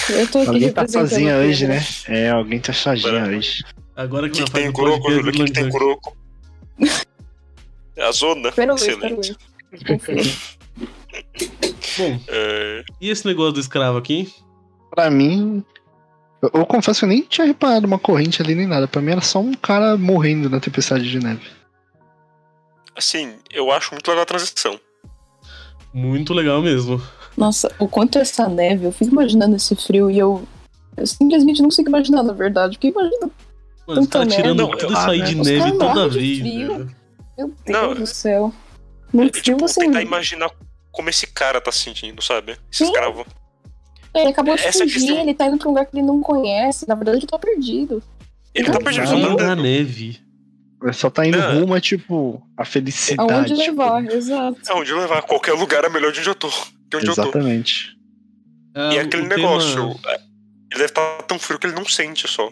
Eu tô aqui
alguém tá
representando
sozinha
a Pedro.
hoje, né? É, alguém tá sozinha
Bora.
hoje.
Agora
O
que
que,
nós
que tem em
fazemos
Kuroko,
podcast
Júlia? O
do
que, que tem em
Lanzan.
Kuroko? É a zona?
Espero ver, espero
Excelente.
ver. Confio.
Bom,
É,
e esse negócio do escravo aqui?
Pra mim. Eu, eu confesso que eu nem tinha reparado uma corrente ali nem nada. Pra mim era só um cara morrendo na tempestade de neve.
assim, eu acho muito legal a transição.
Muito legal mesmo.
Nossa, o quanto essa neve, eu fico imaginando esse frio e eu, eu simplesmente não consigo imaginar, na verdade. Porque imagina,
Mano, os
Puta
caras tirando
merda.
tudo
Ah,
isso aí
né?
de
Os
neve
caras
toda
morrem de
vez.
frio.
velho.
meu Deus
Não,
do céu. assim, No
É,
frio
tipo,
você.
tentar imaginar como esse cara tá se sentindo, sabe? Esse
Sim.
escravo.
Ele acabou de
essa
fugir,
questão-
ele tá indo pra um lugar que ele não conhece. Na verdade, ele tá perdido.
Ele tá perdido, ele só tá
Frio na
né?
andando.
é neve.
Ele só tá indo
É.
rumo a, tipo, a felicidade.
Aonde
tipo.
levar, exato.
É onde levar. Qualquer lugar é melhor de onde eu tô. De onde eu tô.
Exatamente.
Ah,
E
o-
aquele
o tema-
negócio. é, Ele deve estar tão frio que ele não sente só.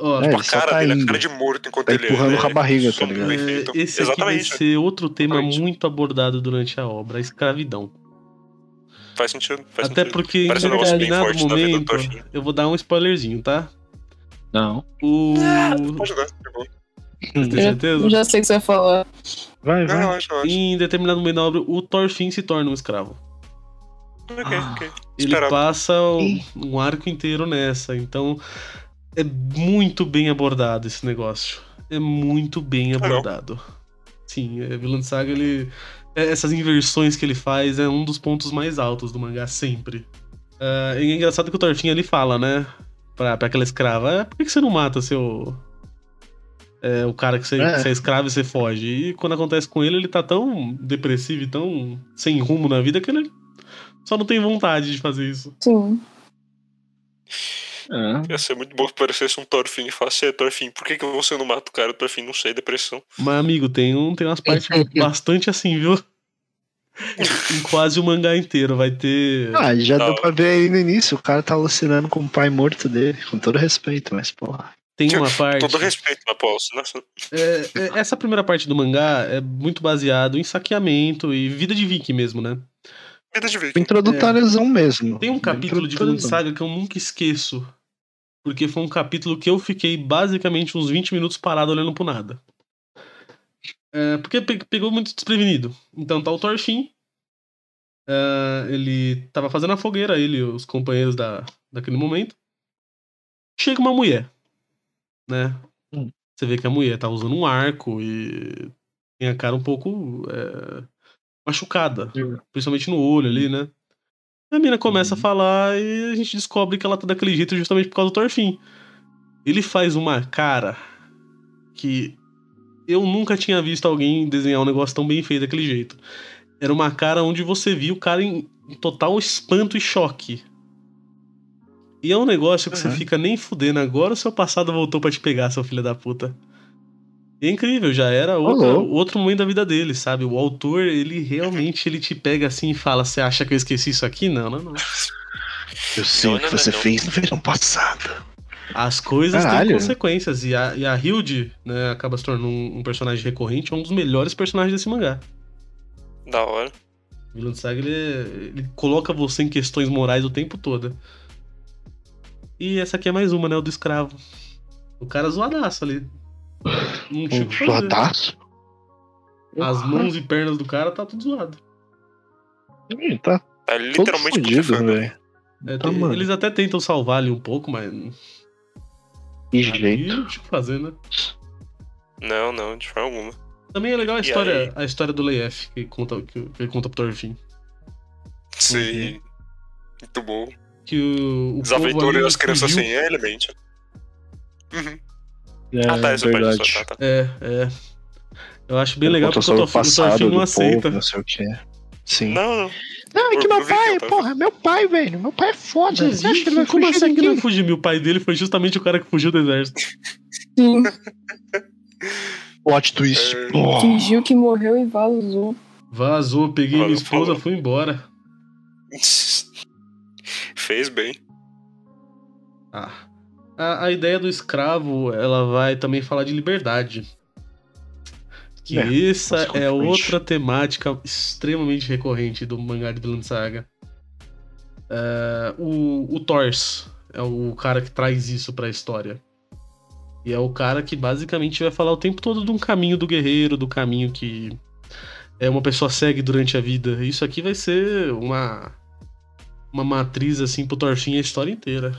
Ó,
É,
Tipo,
ele
a
só
cara
tá
dele, a
indo.
cara de morto enquanto
Tá
ele
empurrando
é-
com a barriga, tá
sombra
ligado?
do
É,
efeito.
Esse aqui vai
Exatamente.
ser outro tema
Exatamente.
muito abordado durante a obra, a escravidão.
Faz sentido. Faz
Até
sentido.
porque em
Parece um negócio bem
determinado
forte na vida do
momento,
Torfinho.
eu vou dar um spoilerzinho, tá?
Não.
O...
Pode dar, de boa.
Tem certeza?
Eu Ah, já sei o que você vai falar.
Vai,
Não,
vai.
relaxa, relaxa.
Em determinado momento da obra, o Thorfinn se torna um escravo.
Ok, ok.
ah, Ele
Esperado.
passa um,
Ih.
um arco inteiro nessa, então é muito bem abordado esse negócio. É muito bem
Legal.
abordado. Sim, é, Vinland Saga, ele. é, Essas inversões que ele faz é um dos pontos mais altos do mangá, sempre. Ah, e é engraçado que o Torfinho ele fala, né? Pra, pra aquela escrava: "Ah, por que que você não mata seu. é, o cara que você
É.
que você é escravo e você foge? E quando acontece com ele, ele tá tão depressivo e tão sem rumo na vida que ele só não tem vontade de fazer isso.
Sim.
Ah,
Ia ser muito bom se parecesse um Torfin e falasse, é Torfin, por que, que você não mata o cara? Torfin, não sei, depressão.
Mas, amigo, tem, um, tem umas partes bastante assim, viu? em quase o mangá inteiro. Vai ter.
Ah, já
Tá.
deu pra ver aí no início, o cara tá alucinando com o pai morto dele, com todo respeito, mas porra.
Tem uma parte.
Todo respeito na posse, né?
É, é, essa primeira parte do mangá é muito baseado em saqueamento e vida de Vicky mesmo, né?
Vida de viking.
tipo, Introdutóriozão mesmo.
Tem um capítulo de Vinland Saga que eu nunca esqueço. Porque foi um capítulo que eu fiquei basicamente uns 20 minutos parado olhando pro nada. É, porque pe- pegou muito desprevenido. Então tá o Thorfinn. é, ele tava fazendo a fogueira, ele e os companheiros da, daquele momento. Chega uma mulher, né?
Hum.
Você vê que a mulher tá usando um arco e tem a cara um pouco é, machucada principalmente no olho ali, né? A menina começa a falar e a gente descobre que ela tá daquele jeito justamente por causa do Torfin. Ele faz uma cara que eu nunca tinha visto alguém desenhar um negócio tão bem feito daquele jeito. Era uma cara onde você via o cara em em total espanto e choque. E é um negócio que você
Aham.
fica nem fudendo agora, o seu passado voltou pra te pegar, seu filho da puta. E é incrível, já era outra-
louco.
outro momento da vida dele, sabe? O autor, ele realmente ele te pega assim e fala: Você acha que eu esqueci isso aqui? Não, não, não.
Eu sei
Não,
o que
não,
você
não.
fez no verão passado.
As coisas
Caralho.
têm consequências. E a, e a Hilde, né, acaba se tornando um, um personagem recorrente, é um dos melhores personagens desse mangá.
Da
Então,
hora.
O vilão de saga, ele, ele coloca você em questões morais o tempo todo. né? E essa aqui é mais uma, né? O do escravo. O cara zoadaço ali. Não tinha o
Um
que fazer.
zoadaço.
As mãos e pernas do cara tá tudo zoado.
Ih, Tá
Tá
todo
literalmente
fudido,
puta
velho.
É,
Tá,
tem-
mano.
eles até tentam salvar ali um pouco, mas.
Que
ali
jeito.
Não tinha o que fazer, né?
né?
Não, não, de forma alguma.
Também é legal a
E
história, a história do Leif, que conta, que, que ele conta pro Torfin. Uhum.
Sim. Muito bom.
Que o, o
As
povo
aventuras
ali
das crianças
fugiu-
sem element. Uhum.
É,
ah, tá, essa parte
verdade.
só. Tá, tá.
É, é. Eu acho bem
Ele
legal
conta
porque o
sobre
Torfin, o Torfin não
do
aceita.
Povo, né? não sei o que. Sim.
Não, não.
Não,
é que meu pai, porra,
meu pai, velho. Meu pai é foda.
Mas gente, como assim que não fugiu? Meu pai dele foi justamente o cara que fugiu do exército.
Sim,
Plot twist.
É.
Pô.
fingiu que morreu e vazou.
Vazou, peguei minha
Valeu,
esposa,
falou.
fui embora.
Fez bem.
Ah. A, a ideia do escravo, ela vai também falar de liberdade. Que
É,
essa é
consequentemente.
outra temática extremamente recorrente do mangá de Vinland Saga. É, o, o Thors é o cara que traz isso pra história. E é o cara que basicamente vai falar o tempo todo de um caminho do guerreiro, do caminho que é uma pessoa segue durante a vida. Isso aqui vai ser uma uma matriz assim pro Thorfinn a história inteira.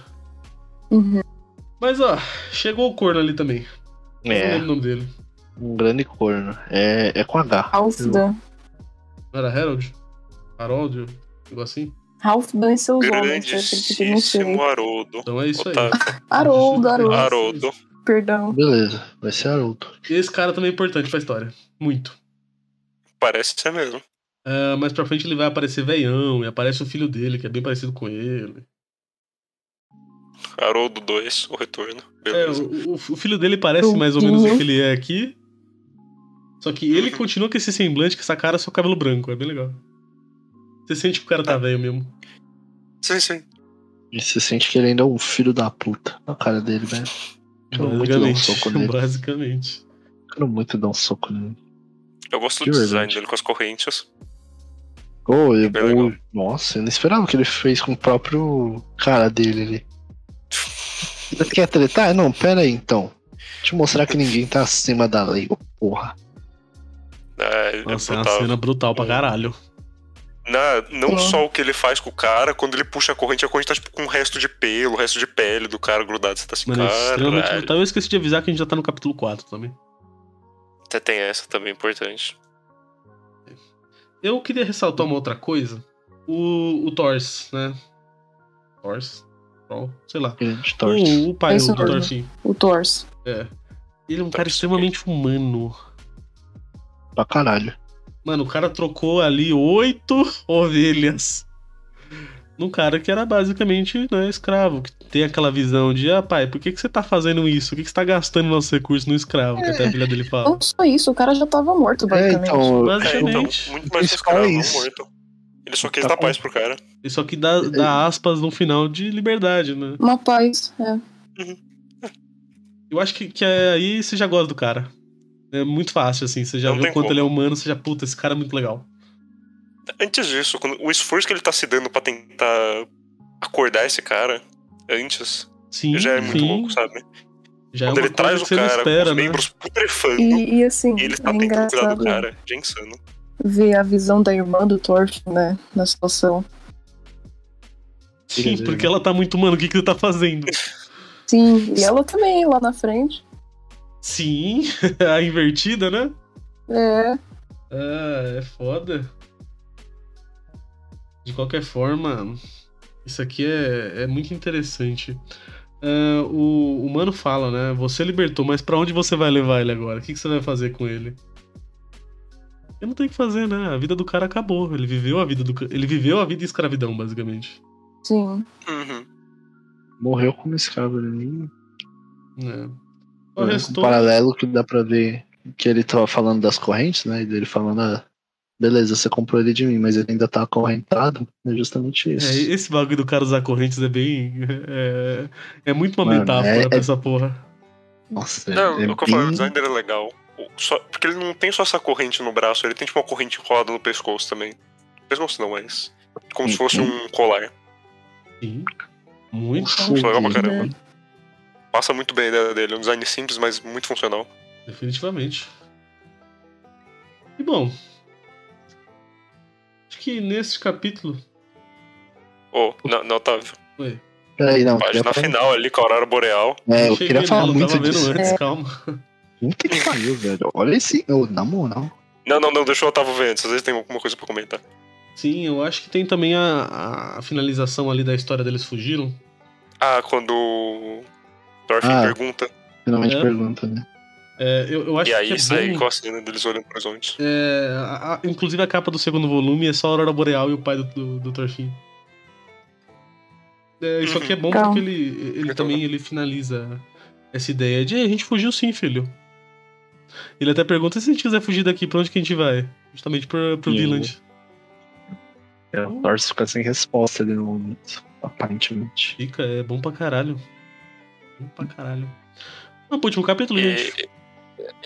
Uhum.
Mas ó, chegou o corno ali também. Não
É,
lembro o nome dele.
um grande corno. É, é com H.
Halfdan.
Não era Harold? Harold? Algo assim?
Halfdan e seus homens. né? Aquele que teve um
Grandíssimo
filme.
Haroldo.
Então é isso aí.
Otávio.
Haroldo, Haroldo.
Nossa,
Haroldo.
Perdão.
Beleza, vai ser Haroldo.
Esse cara também é importante pra história. Muito.
Parece ser mesmo.
Ah, mais pra frente ele vai aparecer veião e aparece o filho dele, que é bem parecido com ele.
Haroldo 2, o retorno.
É,
Beleza.
o, o- o filho dele parece mais ou menos o que ele é aqui. Só que ele continua com esse semblante, com essa cara, só cabelo branco. É bem legal. Você sente que o cara
Ah.
tá velho mesmo.
Sim, sim.
E você sente que ele ainda é um filho da puta. A cara dele, velho.
É
Quero muito dar um
Basicamente.
soco
né?
nele.
Basicamente.
Quero muito dar um soco nele.
Eu gosto
Que
do design
verdade.
dele com as correntes.
Oh, eu,
Bem legal.
oh, nossa, eu não esperava que ele fez com o próprio cara dele ali. Você quer tretar? Não, pera aí então. Deixa eu mostrar que ninguém tá acima da lei, ô porra.
É,
Nossa,
é
é uma
brutal.
cena brutal pra caralho.
Na- não
É.
só o que ele faz com o cara, quando ele puxa a corrente, a corrente tá tipo com o resto de pelo, o resto de pele do cara grudado. Você tá assim,
Mano, é extremamente
cara.
brutal. Eu esqueci de avisar que a gente já tá no capítulo 4 também.
Até tem essa também importante.
Eu queria ressaltar uma outra coisa. O, o Thors, né? Thors? Thor? Sei lá.
Grande torce.
O, o pai do
É isso mesmo.
Thorfinn.
O Thors.
É. Ele é um cara
Thors,
extremamente humano.
Pra caralho.
Mano, o cara trocou ali oito ovelhas num cara que era basicamente né, escravo, que tem aquela visão de, ah, pai, por que, que você tá fazendo isso? Por que, que você tá gastando nosso recurso no escravo? Que até a filha dele fala.
Não só isso, o cara já tava morto,
É,
basicamente.
então.
É, então,
Basicamente.
muito mais
Isso
escravo,
fala
não
isso.
morto. Ele só
Tá
quis dar paz pro cara.
Isso aqui dá, dá aspas no final de liberdade, né?
Uma paz. É.
Eu acho que, que é- aí você já gosta do cara. É muito fácil, assim. Você já
Não
viu
tem
quanto
como.
ele é humano, você já, puta, esse cara é muito legal.
Antes disso, quando- o esforço que ele tá se dando pra tentar acordar esse cara, antes,
Sim,
já é muito
sim.
louco, sabe?
Já é
quando
uma
ele traz
coisa
o
que você não
cara com
espera,
os
né?
membros putrefando e,
E, e, assim,
ele tá tentando cuidar
é
do
engraçado
cara. Já é insano.
ver a visão da irmã do Thorfinn, né? Na situação.
Sim, porque
né?
ela tá muito humano, o que, que você tá fazendo?
Sim, e ela também, lá na frente.
Sim, a invertida, né?
É.
Ah, é foda. De qualquer forma, isso aqui é, é muito interessante. Ah, o, o mano fala, né? Você libertou, mas pra onde você vai levar ele agora? O que, que você vai fazer com ele? Eu não tenho o que fazer, né? A vida do cara acabou. Ele viveu a vida do ca- ele viveu a vida em escravidão, basicamente.
Sim.
Uhum.
Morreu como escravo, né? Nem-
Né? Só
Um
restou
paralelo que dá pra ver que ele tava falando das correntes, né? E dele falando, ah, beleza, você comprou ele de mim, mas ele ainda tá acorrentado. É justamente
É,
isso.
esse bagulho do cara usar correntes é bem. É, é muito uma
Mano,
metáfora
é-
pra
é-
essa porra.
Nossa,
Não,
é,
o que eu falei, o
bem-
design dele é legal. O- só- porque ele não tem só essa corrente no braço, ele tem tipo uma corrente enrolada no pescoço também. Pescoço não, mas. Como se fosse um colar.
Sim. Muito.
Nossa,
Isso é legal pra
de-
caramba. Passa muito bem a ideia dele, é um design simples, mas muito funcional.
Definitivamente. E bom. Acho que nesse capítulo.
Ô, na, na Otávio,
Ué,
Peraí, não. eu queria
página
falar-
final ali com a Aurora Boreal.
É, eu
cheguei
queria falar
nela,
muito
tava
disso.
vendo né? antes, calma.
Puta que pariu, velho. Olha esse. Oh, na moral.
Não, não, não, deixa o Otávio ver antes, às vezes tem alguma coisa pra comentar.
Sim, eu acho que tem também a, a finalização ali da história deles fugiram.
Ah, quando o Thorfinn
Ah.
pergunta.
Finalmente
É.
pergunta, né?
É, eu, eu acho
E aí
que é
isso aí
bom-
com a cena deles olhando pro horizonte.
é, a- a- inclusive a capa do segundo volume é só a Aurora Boreal e o pai do, do, do Thorfinn. É, isso
Uhum.
aqui é bom
Legal.
porque ele, ele
Legal.
também ele finaliza essa ideia de "É, a gente fugiu sim, filho. Ele até pergunta "E se a gente quiser fugir daqui, pra onde que a gente vai? Justamente pro, pro
Sim.
Village.
É, O Thor fica sem resposta ali no momento, aparentemente.
Fica, é bom pra caralho. Bom pra caralho. Vamos pro último capítulo, gente.
E-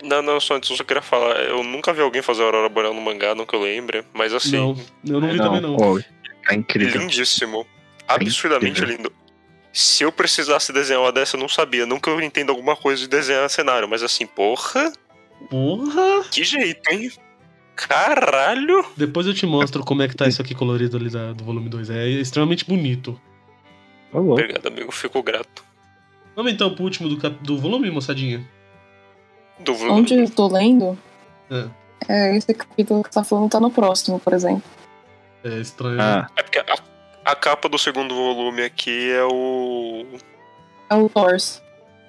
Não, não, só antes eu só queria falar. Eu nunca vi alguém fazer Aurora Boreal no mangá, não que eu lembre, mas assim,
Não, eu não vi também não.
ó, tá incrível.
lindíssimo. Absurdamente
Incrível.
lindo. Se eu precisasse desenhar uma dessa, eu não sabia. Nunca eu entendo alguma coisa de desenhar cenário, mas assim, porra,
Porra!
que jeito, hein? Caralho!
Depois eu te mostro como é que tá isso aqui colorido ali da- do volume 2. É extremamente bonito.
Tá louco.
Obrigado, amigo, fico grato.
Vamos então pro último do, cap- do volume, moçadinha?
Do volume.
Onde eu tô lendo,
É,
é, esse capítulo que você tá falando tá no próximo, por exemplo.
é estranho. né?
Ah,
É porque a, a capa do segundo volume aqui é o.
É o Thors.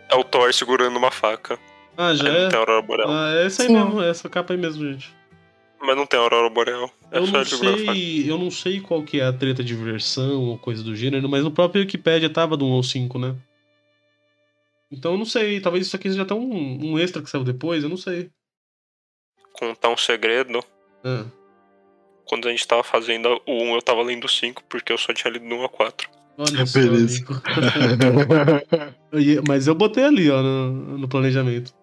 É o Thor segurando uma faca.
Ah, já
Aí
é?
não tem Aurora Boreal.
Ah, é essa aí
Sim.
mesmo, é essa capa aí mesmo, gente.
Mas não tem Aurora Boreal. É
Ah. Eu
só
não,
ele segurando a faca.
sei, eu não sei qual que é a treta de versão ou coisa do gênero, mas no próprio Wikipedia tava do 1 ao 5, né? Então eu não sei, talvez isso aqui seja até um, um extra que saiu depois, eu não sei.
Contar um segredo.
Ah,
Quando a gente tava fazendo o 1, eu tava lendo o 5, porque eu só tinha lido do 1 a 4.
olha só,
Beleza.
amigo. E- mas eu botei ali, ó, no, no planejamento.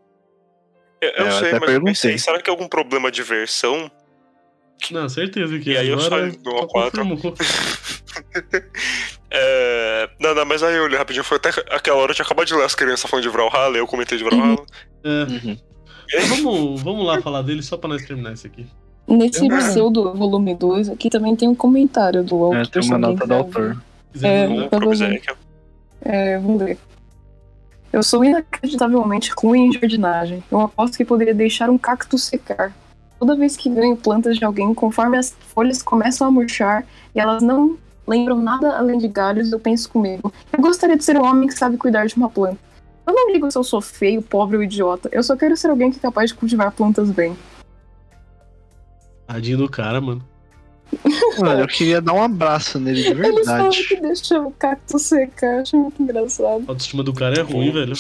Eu, eu
É, eu
sei,
até
mas eu pensei,
perguntei.
será que é algum problema de versão?
Não, certeza que
E aí eu só
agora
dou
só
a quatro.
confirmou.
É... Não, não, mas aí eu olhei rapidinho, foi até aquela hora eu tinha acabado de ler as crianças falando de Brawlhalla, eu comentei de Brawlhalla.
É,
uhum.
vamos, vamos lá falar dele só pra nós terminar isso aqui.
Nesse
Eu não-
pseudo volume 2, aqui também tem um comentário do
É,
autor.
tem
se
uma
alguém
nota do
quiser ouvir.
autor.
Quiser
É,
mandar.
Um
eu
pro
tava
Obséquia.
É, vamos ver. Eu sou inacreditavelmente ruim em jardinagem. Eu aposto que poderia deixar um cacto secar. Toda vez que ganho plantas de alguém, conforme as folhas começam a murchar e elas não lembram nada além de galhos, eu penso comigo. Eu gostaria de ser um homem que sabe cuidar de uma planta. Eu não digo se eu sou feio, pobre ou idiota. Eu só quero ser alguém que é capaz de cultivar plantas bem.
Tadinho do cara, mano.
Mano, eu queria dar um abraço nele de
Ele fala que
verdade.
deixa o cacto secar. Acho muito engraçado.
A autoestima do cara é ruim, velho.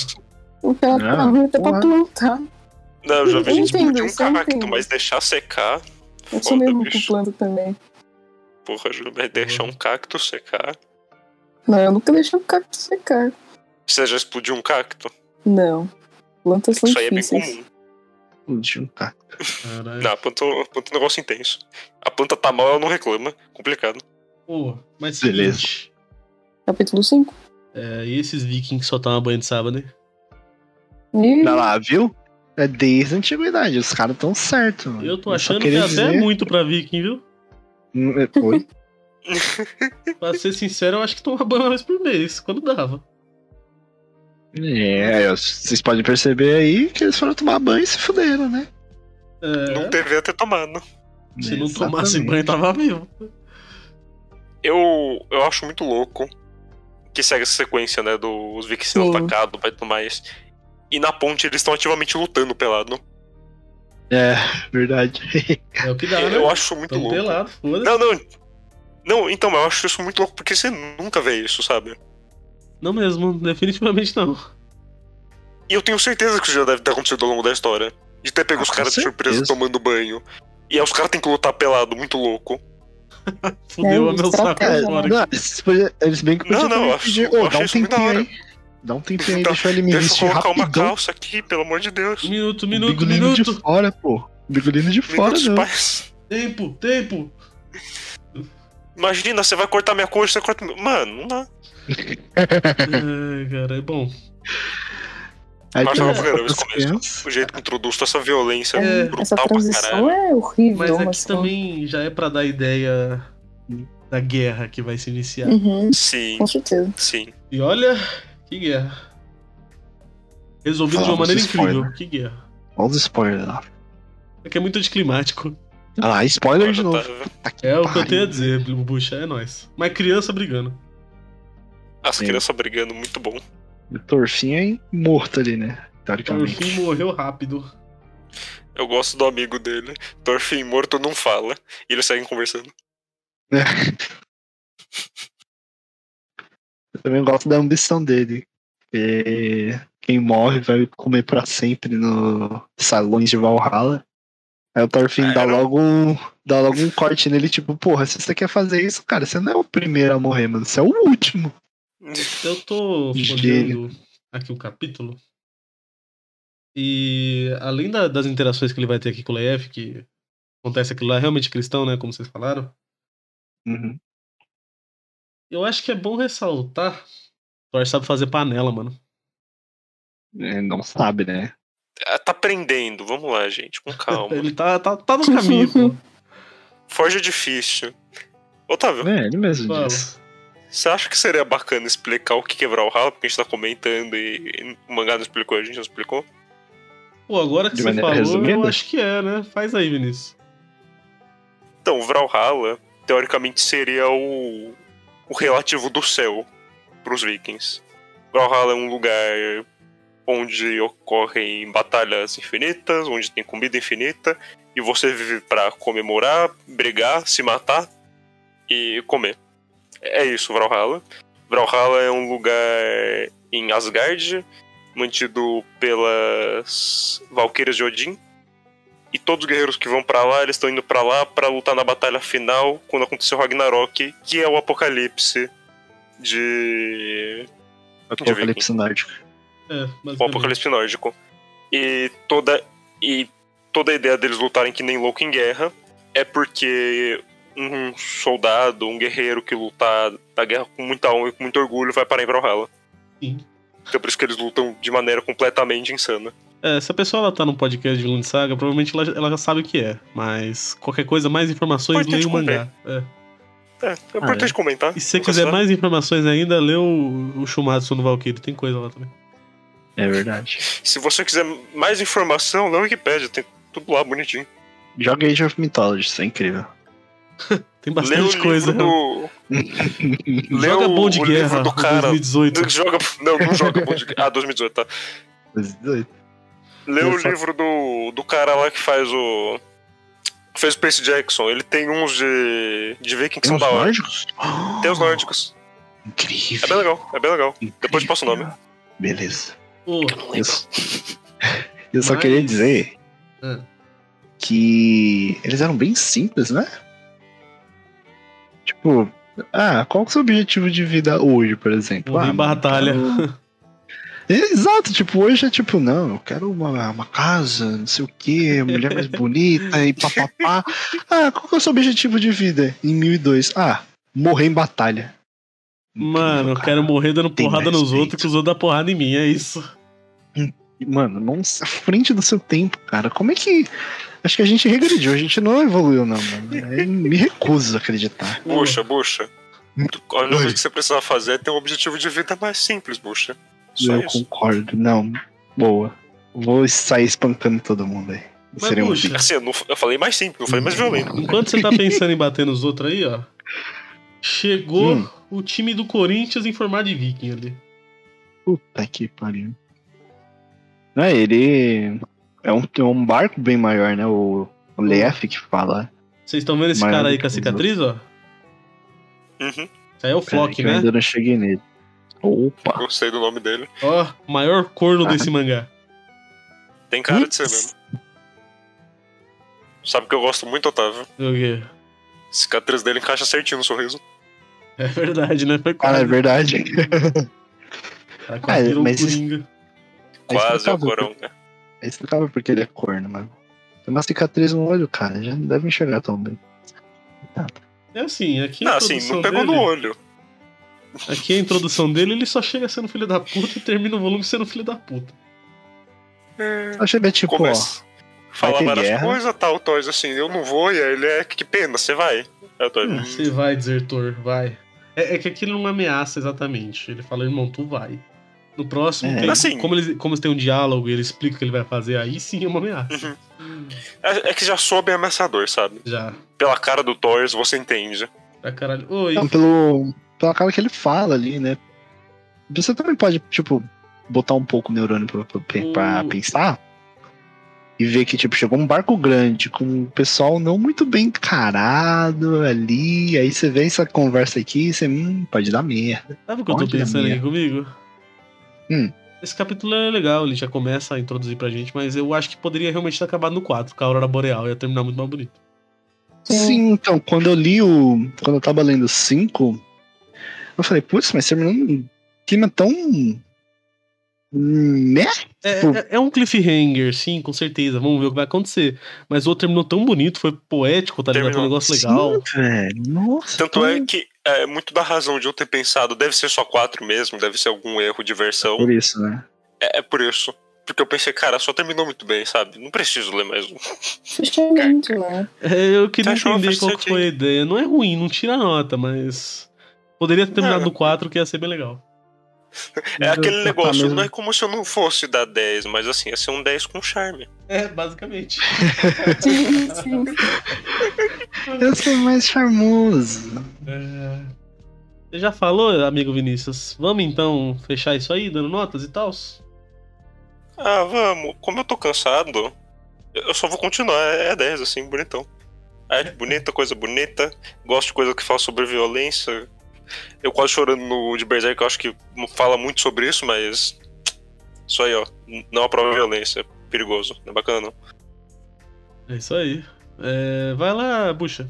O cara tá
Ah,
ruim até pra
porra.
plantar.
Não, eu já
Eu
vi gente
entendo,
explodir um
isso eu
cacto,
entendo.
mas deixar secar.
Eu sou
Foda,
mesmo com
bicho.
planta também.
Porra, Júlio, mas deixar um cacto secar.
Não, eu nunca deixei o cacto secar.
Você já explodiu um cacto?
Não. Plantas são
Isso aí é bem
difíceis.
comum.
Explodiu um cara.
Caralho.
Não, a planta, a planta é um negócio intenso. A planta tá mal, ela não reclama. Complicado.
Pô, mas
Beleza.
seguinte,
Capítulo 5.
é, e esses vikings só tomam banho de sábado, né?
E
Olha lá, viu? É desde a antiguidade, os caras tão certo, mano.
Eu tô
só
achando que
queria
é até
dizer-
muito pra viking, viu?
Hum, é- Oi?
Pra ser sincero, eu acho que tomava banho uma vez por mês, quando dava.
É, ó, vocês podem perceber aí que eles foram tomar banho e se fuderam, né?
Não
É,
deveria ter tomado.
se não
Exatamente.
tomasse banho, tava vivo.
Eu, eu acho muito louco que segue essa sequência, né? Dos Vikings sendo
Sim.
atacados e tudo mais. E na ponte eles estão ativamente lutando pelado.
É, verdade.
É o que dá, né?
Eu acho muito
Tão
louco.
pelado, foda-se.
Não, não. Não, então, mas eu acho isso muito louco porque você nunca vê isso, sabe?
Não mesmo, definitivamente não.
E eu tenho certeza que isso já deve ter acontecido ao longo da história. De ter pego
Ah,
os
com
caras de surpresa
certeza.
tomando banho. E aí os caras têm que lutar pelado, muito louco.
Fudeu
Não,
a meu saco
estratégia, né?
fora.
Não, eles, podia- eles bem que
Não,
podiam
não,
também
eu acho-
pedir,
eu
"Ô, dá
acho
um
isso muito
tempinho
da
aí. Dá um tempinho aí,
Então,
deixa ele me
Deixa
vestir
eu colocar uma
rapidão.
calça aqui, pelo amor de Deus.
Minuto,
Minuto,
minuto,
de
minuto.
fora, pô. Bigolino de fora,
Minutos
não.
pais.
Tempo, tempo.
Imagina, você vai cortar minha coxa, você corta. meu- Mano, não dá.
Ai, cara, é bom.
Aí
Mas
tem um assim,
eu
uma
vou ver
das
esse começo.
crianças.
O jeito que introduz toda essa violência
É,
brutal
Essa
pra caralho.
transição é horrível,
Mas aqui
assim.
também já é pra dar ideia da guerra que vai se iniciar.
Uhum,
Sim,
com certeza.
sim.
E olha, que guerra. Resolvido de uma
Falamos
maneira
spoiler.
incrível. Que guerra.
Olha os spoilers lá.
É que é muito anticlimático.
Ah lá, spoiler de novo.
Agora tá-
Tá que
É o que eu
pariu.
tenho a dizer, Bucha, é nóis. Mas criança brigando.
As
Sim.
crianças brigando, muito bom.
O Torfinho é morto ali, né? Teoricamente.
Torfin morreu rápido.
Eu gosto do amigo dele. Torfin morto não fala. E eles seguem conversando.
Eu também gosto da ambição dele. Porque quem morre vai comer pra sempre no salões de Valhalla. Aí o Thorfinn
É,
Ah,
dá
era-
logo, um, dá logo um corte nele, tipo, porra, se você quer fazer isso, cara, você não é o primeiro a morrer, mano, você é o último.
Eu tô
Gênio.
folheando aqui o capítulo. E além da- das interações que ele vai ter aqui com o Leif, que acontece aquilo lá, é realmente cristão, né? Como vocês falaram. Eu acho que é bom ressaltar. Thor sabe fazer panela, mano.
É, não sabe, né?
Ah, Tá aprendendo, vamos lá, gente, com calma.
Ele tá, tá, tá no caminho, pô.
Forja é difícil. Otávio,
É, ele mesmo
Fala.
diz.
você acha que seria bacana explicar o que quebrar o ralo? Porque a gente tá comentando e, e o mangá não explicou, a gente não explicou.
Pô, agora que
De
você
maneira
falou, eu
resumida?
acho que é, né? Faz aí, Vinícius.
Então, o Vralhalla, teoricamente, seria o, o relativo do céu para os vikings. Vralhalla é um lugar onde ocorrem batalhas infinitas, onde tem comida infinita, e você vive para comemorar, brigar, se matar e comer. É isso, Vralhalla. Vralhalla é um lugar em Asgard, mantido pelas Valqueiras de Odin, e todos os guerreiros que vão pra lá, eles estão indo pra lá pra lutar na batalha final quando aconteceu o Ragnarok, que é o apocalipse de.
Apocalipse nórdico.
É,
o
basicamente.
apocalipse nórdico. E toda, e toda a ideia deles lutarem que nem louco em guerra é porque um soldado, um guerreiro que lutar da guerra com muita honra e com muito orgulho vai parar em Brawlhalla.
Sim.
Então por isso que eles lutam de maneira completamente insana.
É, se a pessoa ela tá num podcast de vilão de saga, provavelmente ela, ela já sabe o que é. Mas qualquer coisa, mais informações,
Importante
leia o mangá. É.
É, é importante comentar.
Ah, E se você
Não
quiser
sei
mais informações ainda, lê o, o Shumatsu no Valkyrie. Tem coisa lá também.
É verdade.
Se você quiser mais informação, lê o Wikipedia, tem tudo lá bonitinho.
Joga Age of Mythology, isso é incrível.
Tem
Lê o
bastante
livro
coisa.
do- Lê
Joga
o-
bom de
o
guerra
livro do cara.
2018.
Joga... Não, não joga bom de guerra. Ah, 2018, tá. Lê o
Exato.
livro do, do cara lá que faz o. que Fez o Percy Jackson. Ele tem uns de. de Viking que
Tem
são
os
da hora.
nórdicos?
Tem os nórdicos. É bem
Incrível.
legal, é bem legal. Depois te passo o nome.
Beleza.
Pô,
Eu, só- eu só
Mas-
queria dizer
Ah.
que eles eram bem simples, né? Tipo, ah, qual que é o seu objetivo de vida hoje, por exemplo?
Morrer
ah,
em
mano,
batalha.
quero- Exato, tipo, hoje é tipo, não, eu quero uma, uma casa, não sei o que, mulher mais bonita e papapá. Ah, qual que é o seu objetivo de vida em 1002? Ah, morrer em batalha.
Mano, eu
Incrível,
quero morrer dando
Tem
porrada
mais
nos outros
jeito.
que os outros dão porrada em mim, é isso.
Mano, não à frente do seu tempo, cara. Como é que. Acho que a gente regrediu, a gente não evoluiu, não, mano. Eu me recuso a acreditar.
Hum.
Buxa, buxa. A única coisa
Oi.
que você precisa fazer é ter um objetivo de vida mais simples, buxa. Só
É,
eu
isso.
concordo. Não, boa. Vou sair espancando todo mundo aí.
Mas,
Seria um
puxa,
zica.
Assim, eu, não- eu falei mais simples, eu falei mais violento.
Enquanto você tá pensando em bater nos outros aí, ó. Chegou
Hum.
o time do Corinthians em formato de viking ali.
Puta que pariu. Não, ele. É um, é um barco bem maior, né? O, o Leaf que fala.
Vocês estão vendo esse
Maior
cara aí com a
do que os
cicatriz, ó?
Uhum,
Isso aí é o
Pera aí
Flock,
que Eu
né?
ainda não cheguei nele. Opa!
gostei do nome dele.
Ó, maior corno desse mangá.
Tem cara de ser mesmo. Sabe que eu gosto muito, Otávio?
É O quê?
Cicatriz dele encaixa certinho no sorriso.
É verdade, né? Foi
Ah,
quase.
é verdade.
Cara, quase
Ah,
virou um
mas isso-
coringa.
Quase é o
explicável,
corão, né?
É explicável porque ele é corno, mano. Tem uma cicatriz no olho, cara. Já não deve enxergar tão bem.
É assim, aqui a
Não, assim,
introdução
não pegou
dele,
no olho.
Aqui a introdução dele, ele só chega sendo filho da puta e termina o volume sendo filho da puta.
Acho que ele é tipo, ó.
Começa. Falar
ter
várias
guerra.
coisas, tal, Toys assim, eu não vou, e aí ele é que pena, você vai. É, Toys. hum,
Você vai, desertor, vai. É, é que aqui ele não ameaça exatamente. Ele fala, irmão, tu vai. No próximo,
É.
tem-
Assim-
como, ele, como tem um diálogo e ele explica o que ele vai fazer, aí sim é uma ameaça.
É, é que já soa bem ameaçador, sabe?
Já.
Pela cara do Toys, você entende.
Pra caralho. Oi.
Não, pelo, pela cara que ele fala ali, né? Você também pode, tipo, botar um pouco o neurônio pra, pra- pra- pra
O-
pensar e ver que, tipo, chegou um barco grande com um pessoal não muito bem encarado ali. Aí você vê essa conversa aqui e você, hum, pode dar merda.
Sabe o que eu tô
Olha,
pensando
minha.
aqui comigo?
Hum.
Esse capítulo é legal, ele já começa a introduzir pra gente, mas eu acho que poderia realmente ter acabado no 4, com a Aurora Boreal, ia terminar muito mais bonito.
Sim.
Sim, então, quando eu li o. Quando eu tava lendo 5, eu falei, putz, mas terminou num clima tão. né?
É, é- é um cliffhanger, sim, com certeza, vamos ver o que vai acontecer. Mas o outro terminou tão bonito, foi poético, tá ligado? Foi um
Terminou.
negócio legal.
Sim, velho. Nossa.
Tanto é
que.
que é muito da razão de eu ter pensado, deve ser só quatro mesmo, deve ser algum erro de versão.
Por isso, né?
É, é por isso. Porque eu pensei, cara, só terminou muito bem, sabe? Não preciso ler mais um.
Fechamento, né?
É, eu queria
Fechou,
entender
faz
qual que
sentido.
foi a ideia. Não é ruim, não tira a nota, mas. Poderia ter terminado
Não.
no 4, que ia ser bem legal.
É aquele
tá
negócio,
mesmo.
não é como se eu não fosse dar 10, mas assim, ia ser um 10 com charme.
É, basicamente.
Sim, sim.
Eu sou mais charmoso.
É. Você já falou, amigo Vinícius? Vamos então fechar isso aí, dando notas e tal?
Ah, vamos, como eu tô cansado, eu eu só vou continuar, é é 10, assim, bonitão. Arte bonita, coisa bonita, gosto de coisa que fala sobre violência. Eu quase chorando no de Berserk, eu acho que não fala muito sobre isso, mas. Isso aí, ó. n- Não aprova violência, é perigoso, não é bacana não.
É isso aí. É, vai lá, bucha.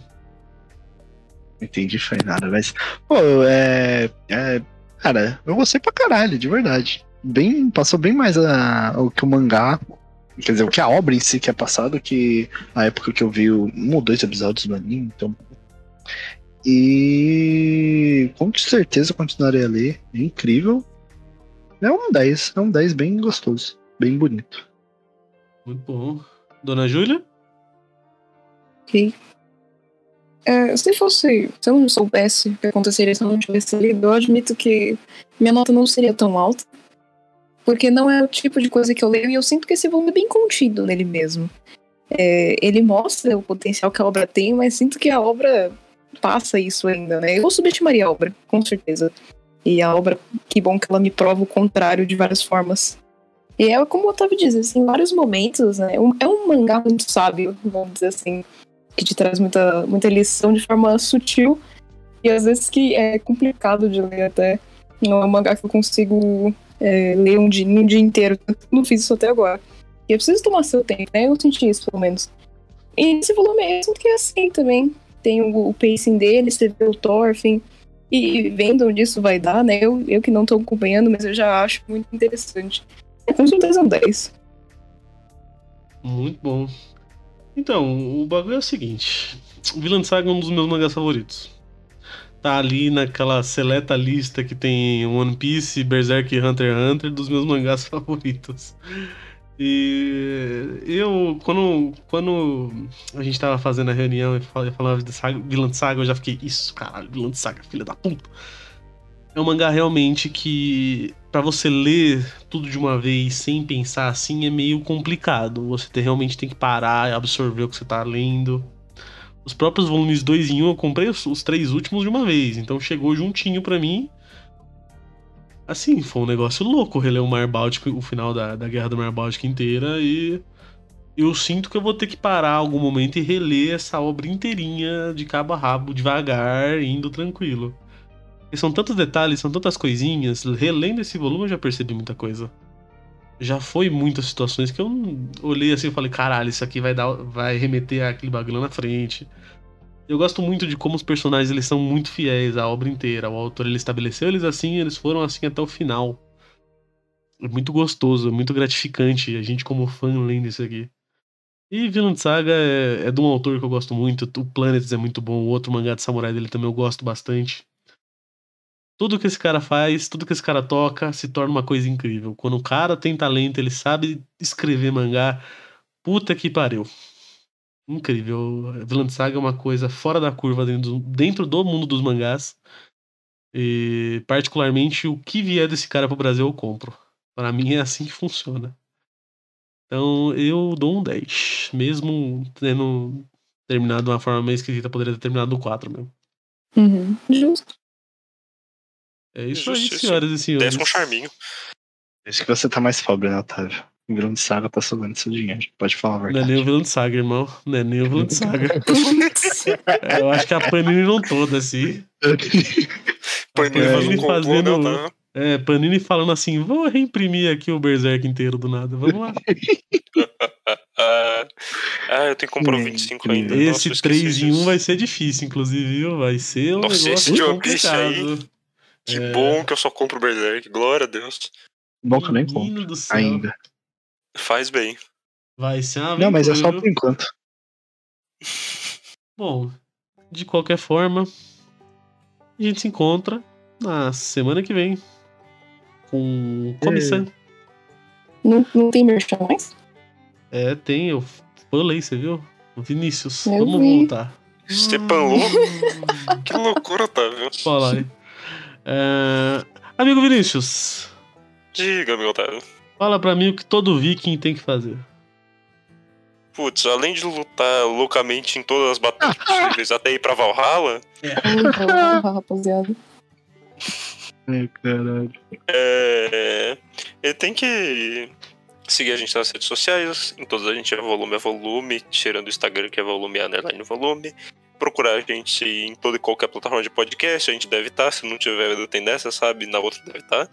Não entendi, foi nada, mas. Pô, é, é. Cara, eu gostei pra caralho, de verdade. Bem, passou bem mais a, o que o mangá. Quer dizer, o que a obra em si que é passado, que a época que eu vi o- um ou dois episódios do anime, então. E com certeza eu continuarei a ler. É incrível. É um 10, é um 10 bem gostoso, bem bonito.
Muito bom. Dona Júlia?
Ok. É, se fosse. Se eu não soubesse o que aconteceria se eu não tivesse lido, eu admito que minha nota não seria tão alta. Porque não é o tipo de coisa que eu leio e eu sinto que esse volume é bem contido nele mesmo. É, ele mostra o potencial que a obra tem, mas sinto que a obra passa isso ainda, né? Eu subestimaria a obra, com certeza. E a obra, que bom que ela me prova o contrário de várias formas. E é como o Otávio diz, assim, em vários momentos, né? Um- É um mangá muito sábio, vamos dizer assim que te traz muita, muita lição de forma sutil e às vezes que é complicado de ler até. Não é um mangá que eu consigo é, ler um dia, um dia inteiro, tanto que eu não fiz isso até agora. E é preciso tomar seu tempo, né? Eu senti isso, pelo menos. E esse volume eu sinto que é assim também. Tem o, o pacing dele, você vê o Thorfinn, e vendo onde isso vai dar, né? Eu, eu que não tô acompanhando, mas eu já acho muito interessante. É com certeza um 10.
Muito bom. Então, o bagulho é o seguinte: Vilã Saga é um dos meus mangás favoritos. Tá ali naquela seleta lista que tem One Piece, Berserk e Hunter x Hunter dos meus mangás favoritos. E eu, quando, quando a gente tava fazendo a reunião e fal- eu falava de saga, Vilã Saga, eu já fiquei, isso, caralho, Vilã Saga, filha da puta. É um mangá realmente que, pra você ler tudo de uma vez sem pensar assim é meio complicado. Você tem- realmente tem que parar e absorver o que você tá lendo. Os próprios volumes 2 em 1 um, eu comprei os, os três últimos de uma vez, então chegou juntinho pra mim. Assim, foi um negócio louco reler o Mar Báltico, o final da, da Guerra do Mar Báltico inteira e eu sinto que eu vou ter que parar algum momento e reler essa obra inteirinha de cabo a rabo, devagar, indo tranquilo. E são tantos detalhes, são tantas coisinhas. Relendo esse volume eu já percebi muita coisa. Já foi muitas situações que eu não- olhei assim e falei, caralho, isso aqui vai dar, vai remeter àquele bagulho lá na frente. Eu gosto muito de como os personagens eles são muito fiéis à obra inteira. O autor ele estabeleceu eles assim, eles foram assim até o final. É muito gostoso, é muito gratificante a gente como fã lendo isso aqui. E Vinland Saga é, é de um autor que eu gosto muito. O Planets é muito bom. O outro mangá de samurai dele também eu gosto bastante. Tudo que esse cara faz, tudo que esse cara toca, se torna uma coisa incrível. Quando o cara tem talento, ele sabe escrever mangá. Puta que pariu. Incrível. Vinland Saga é uma coisa fora da curva dentro do, dentro do mundo dos mangás. E, particularmente, o que vier desse cara pro Brasil eu compro. Pra mim é assim que funciona. Então eu dou um 10. Mesmo tendo terminado de uma forma meio esquisita, poderia ter terminado no 4 mesmo.
Uhum. Justo.
É isso aí,
Justiça.
senhoras e senhores.
Desce com charminho.
Isso que você tá mais pobre, né, Otávio? O grande saga tá sugando seu dinheiro. Pode falar a
Não é
verdade.
nem o vilão de saga, irmão. Não é nem o vilão de saga. É, Eu acho que a Panini não toda, assim.
Panini
É,
faz
ele
um complô,
fazendo-
né? Tá?
É, Panini falando assim: vou reimprimir aqui o Berserk inteiro do nada. Vamos lá.
Ah, ah, eu tenho que comprar o
Hum,
25 ainda.
querido.
Nossa,
Esse
eu esqueci
3 em 1
disso.
vai ser difícil, inclusive, viu? Vai ser um
Nossa, esse
negócio
Joe Beast aí,
complicado.
Que
É.
bom que eu só compro o Berserk. Glória a Deus.
Bom que eu nem compro
Menino do céu.
ainda.
Faz bem.
Vai ser uma
Não, mas é só
aventura,
por enquanto.
Bom, de qualquer forma, a gente se encontra na semana que vem com
É.
comissão.
Não, não tem merchan mais?
É, tem, eu falei, você viu? Vinícius,
Eu
vamos
vi.
voltar.
Você panlou? Que loucura, Otávio.
Fala aí. É, Amigo Vinícius,
Diga, meu Otávio.
fala pra mim o que todo viking tem que fazer.
Putz, além de lutar loucamente em todas as batalhas possíveis até ir pra Valhalla,
Então, rapaziada.
Ai, caralho.
é... ele tem que seguir a gente nas redes sociais, em todas a gente é volume a volume, tirando o Instagram que é volume underline volume. Procurar a gente em toda e qualquer plataforma de podcast, a gente deve estar, se não tiver ainda tem dessa, sabe, na outra deve estar.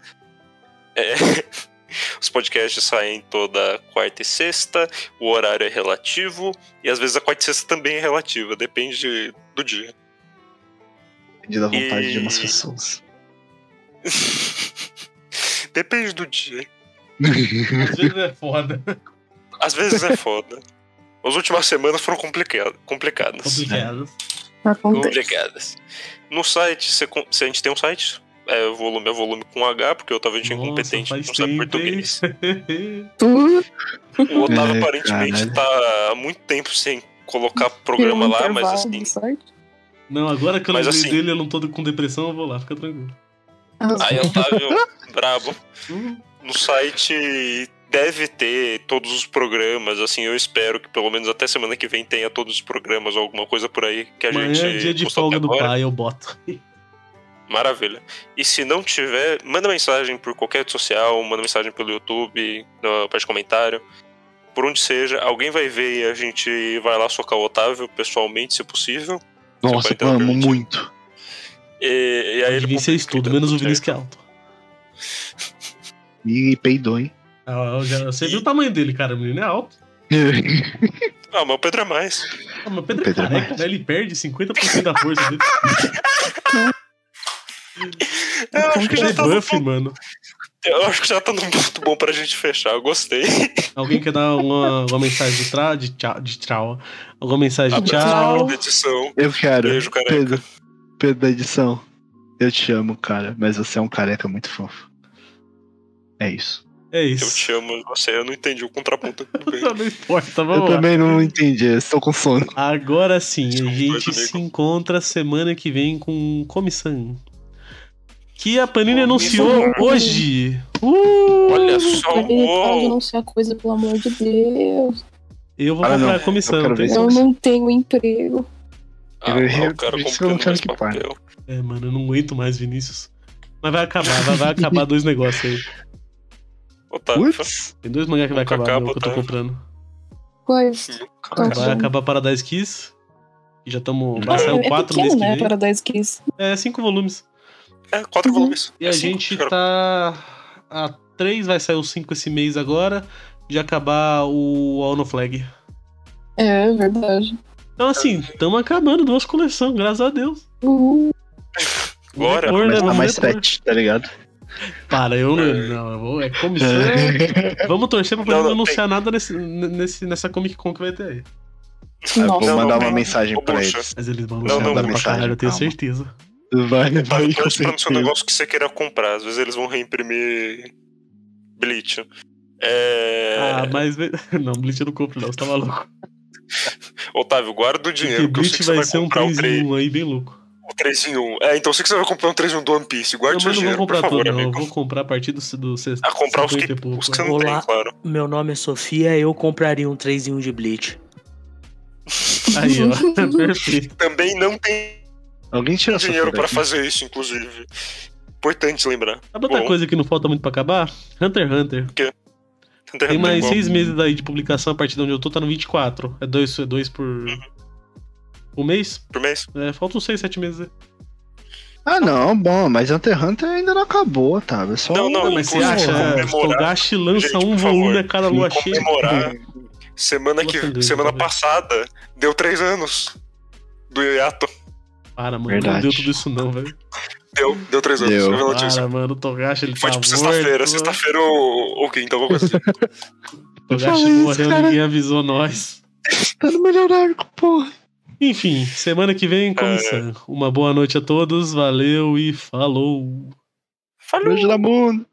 É, Os podcasts saem toda quarta e sexta, o horário é relativo, e às vezes a quarta e sexta também é relativa, depende do dia.
Depende da vontade de umas
E-
pessoas.
Depende do dia.
Às vezes é foda.
Às vezes é foda. As últimas semanas foram complica- complicadas.
é Complicado.
Acontece.
Complicadas. No site, você con- se a gente tem um site, é volume a volume com H, porque o Otávio é
Nossa,
incompetente,
faz
não sabe
tempo,
português.
Tudo
O Otávio
É,
aparentemente
caralho.
tá há muito tempo sem colocar
virou
programa
um
lá, mas
intervalo
assim.
do site.
Não, agora que eu
Mas
lembrei
assim-
dele, eu não tô com depressão, eu vou lá, fica tranquilo.
Aí Otávio, brabo.
Hum.
No site deve ter todos os programas, assim, eu espero que pelo menos até semana que vem tenha todos os programas ou alguma coisa por aí que a
Amanhã
gente.
é dia de
postou até
folga do
agora.
pai, eu boto.
Maravilha. E se não tiver, manda mensagem por qualquer rede social, manda mensagem pelo YouTube, na parte de comentário. Por onde seja, alguém vai ver e a gente vai lá socar o Otávio pessoalmente, se possível.
Nossa,
Você
eu
vai ter
amo
um
muito.
E, e aí ele
Devia ser isso
publica, então,
tudo, menos o
tudo certo.
Vinícius que é alto.
E peidou, hein?
Ah, eu já- Você viu o tamanho dele, cara, o menino é alto.
Ah, mas o Pedro é mais.
Ah, mas o Pedro,
Pedro é
careca,
mais.
né? ele perde 50% da força dele.
Eu acho, que
Ele
já
é
tá no,
buff, mano.
eu acho que já tá no ponto bom pra gente fechar, eu gostei.
Alguém quer dar uma, uma mensagem de, tra... de tchau? De tchau. Alguma mensagem de
Abraço
tchau?
pra edição.
Eu quero.
Beijo,
é
careca.
Pedro, Pedro da edição. Eu te amo, cara, mas você é um careca muito fofo. É isso.
É
Eu te
isso.
amo, você, eu não entendi o contraponto. Tudo bem.
Não importa,
eu
vamos lá.
também não entendi, eu estou com sono.
Agora sim, a
Desculpa,
gente
amigo.
se encontra semana que vem com comissão. Que a Panini
Comissão.
anunciou hoje. Uh!
Olha só,
Pra mim, para de
uou.
anunciar coisa, pelo amor de Deus.
Eu vou
Ah,
comprar
não.
a comissão.
Eu quero ver
tem-
isso.
Eu não tenho emprego.
Ah,
Eu-
não,
eu-
cara,
por isso que eu
comprando mais
não quero que pare.
papel.
É, mano, eu não aguento mais, Vinícius. Mas vai acabar, vai, vai acabar dois negócios aí.
Otávio,
Putz.
Tem dois mangá que vai
Nunca
acabar, meu,
acaba,
que eu tô
tá?
comprando.
Mas.
Vai
Sim.
acabar Paradise Kiss. E Já
Hum.
estamos.
Ah,
Vai sair o
é
4
pequeno,
mês que
né?
vem.
Paradise Kiss.
É, 5 volumes.
É, quatro
Uhum.
volumes.
E
É
a
cinco,
gente
cara.
tá. A 3 vai sair o 5 esse mês agora. De acabar o Ono Flag.
É, verdade.
Então, assim,
É.
estamos acabando duas coleções, graças a Deus.
Uhul.
Bora.
Record, né?
Mas tá
Vamos
mais
record.
sete, tá ligado?
Para, eu não. Não, eu vou. É comissão.
É.
Vamos torcer pra poder
Não,
não,
não,
anunciar nada nesse, nesse, nessa Comic Con que vai ter aí.
Ah, eu
Nossa.
vou
Não,
mandar
não,
uma
não.
mensagem
né? Ô,
pra
bucha.
eles.
Mas eles vão
Não,
anunciar
não,
nada pra
mensagem,
caralho, eu tenho
calma.
certeza.
Vai, vai,
Tá
com
torce pra não ser um
certeza.
negócio que você queira comprar. Às vezes eles vão reimprimir Bleach. É...
Ah, mas. Não, Bleach eu não compro, não, você tá maluco.
Otávio, guarda o
Porque
dinheiro. Que eu sei
Bleach
que você
vai
vai
ser um
comprar um
3
3,
em 1 aí, bem louco.
um 3 em 1. É, então eu sei que você vai comprar um 3 em 1 do One Piece.
Não,
Guarde seu
mas eu não vou
dinheiro, por
comprar
favor,
tudo, não. Eu
amigo.
vou comprar a partir do, do sexto.
Ah, comprar os que-
50 e pouco,
Os
é.
que não tem,
Olá.
claro.
Meu nome é Sofia, eu compraria um 3 em 1 de Bleach.
Aí, ó. Perfeito.
Também não tem
Alguém tira essa
dinheiro
foto
pra
daqui?
fazer isso, inclusive. Importante lembrar.
Sabe outra
Bom.
coisa que não falta muito pra acabar? Hunter x Hunter. Tem mais
é Bom,
seis meses daí de publicação, a partir de onde eu tô, tá no 24. É dois, é dois por. por mês?
Por mês?
É, faltam seis, sete meses. aí.
Ah, não, bom, mas Hunter x Hunter ainda não acabou, tá? É só
Não, não,
um-
Mas você
Inclusive,
acha?
comemorar-
o Togashi lança
Gente,
um
por
volume
favor,
a cada lua cheia.
Comemorar. Semana,
Lua
que,
sangrante,
semana
talvez.
passada deu 3 anos do Yato.
Para, mano. Não
Verdade.
deu tudo isso, não, velho.
Deu, deu 3 anos.
Deu.
Eu vi a notícia.
Para, mano. O Togashi, ele
Foi
tá
tipo sexta-feira,
morto.
sexta-feira ou, ou quinta, alguma coisa assim.
O Togashi
Fala isso,
morreu,
cara.
ninguém avisou nós.
Tá no melhor arco, porra.
Enfim, semana que vem
É.
começando. Uma boa noite a todos, valeu e falou!
Falou!
Beijo da mundo.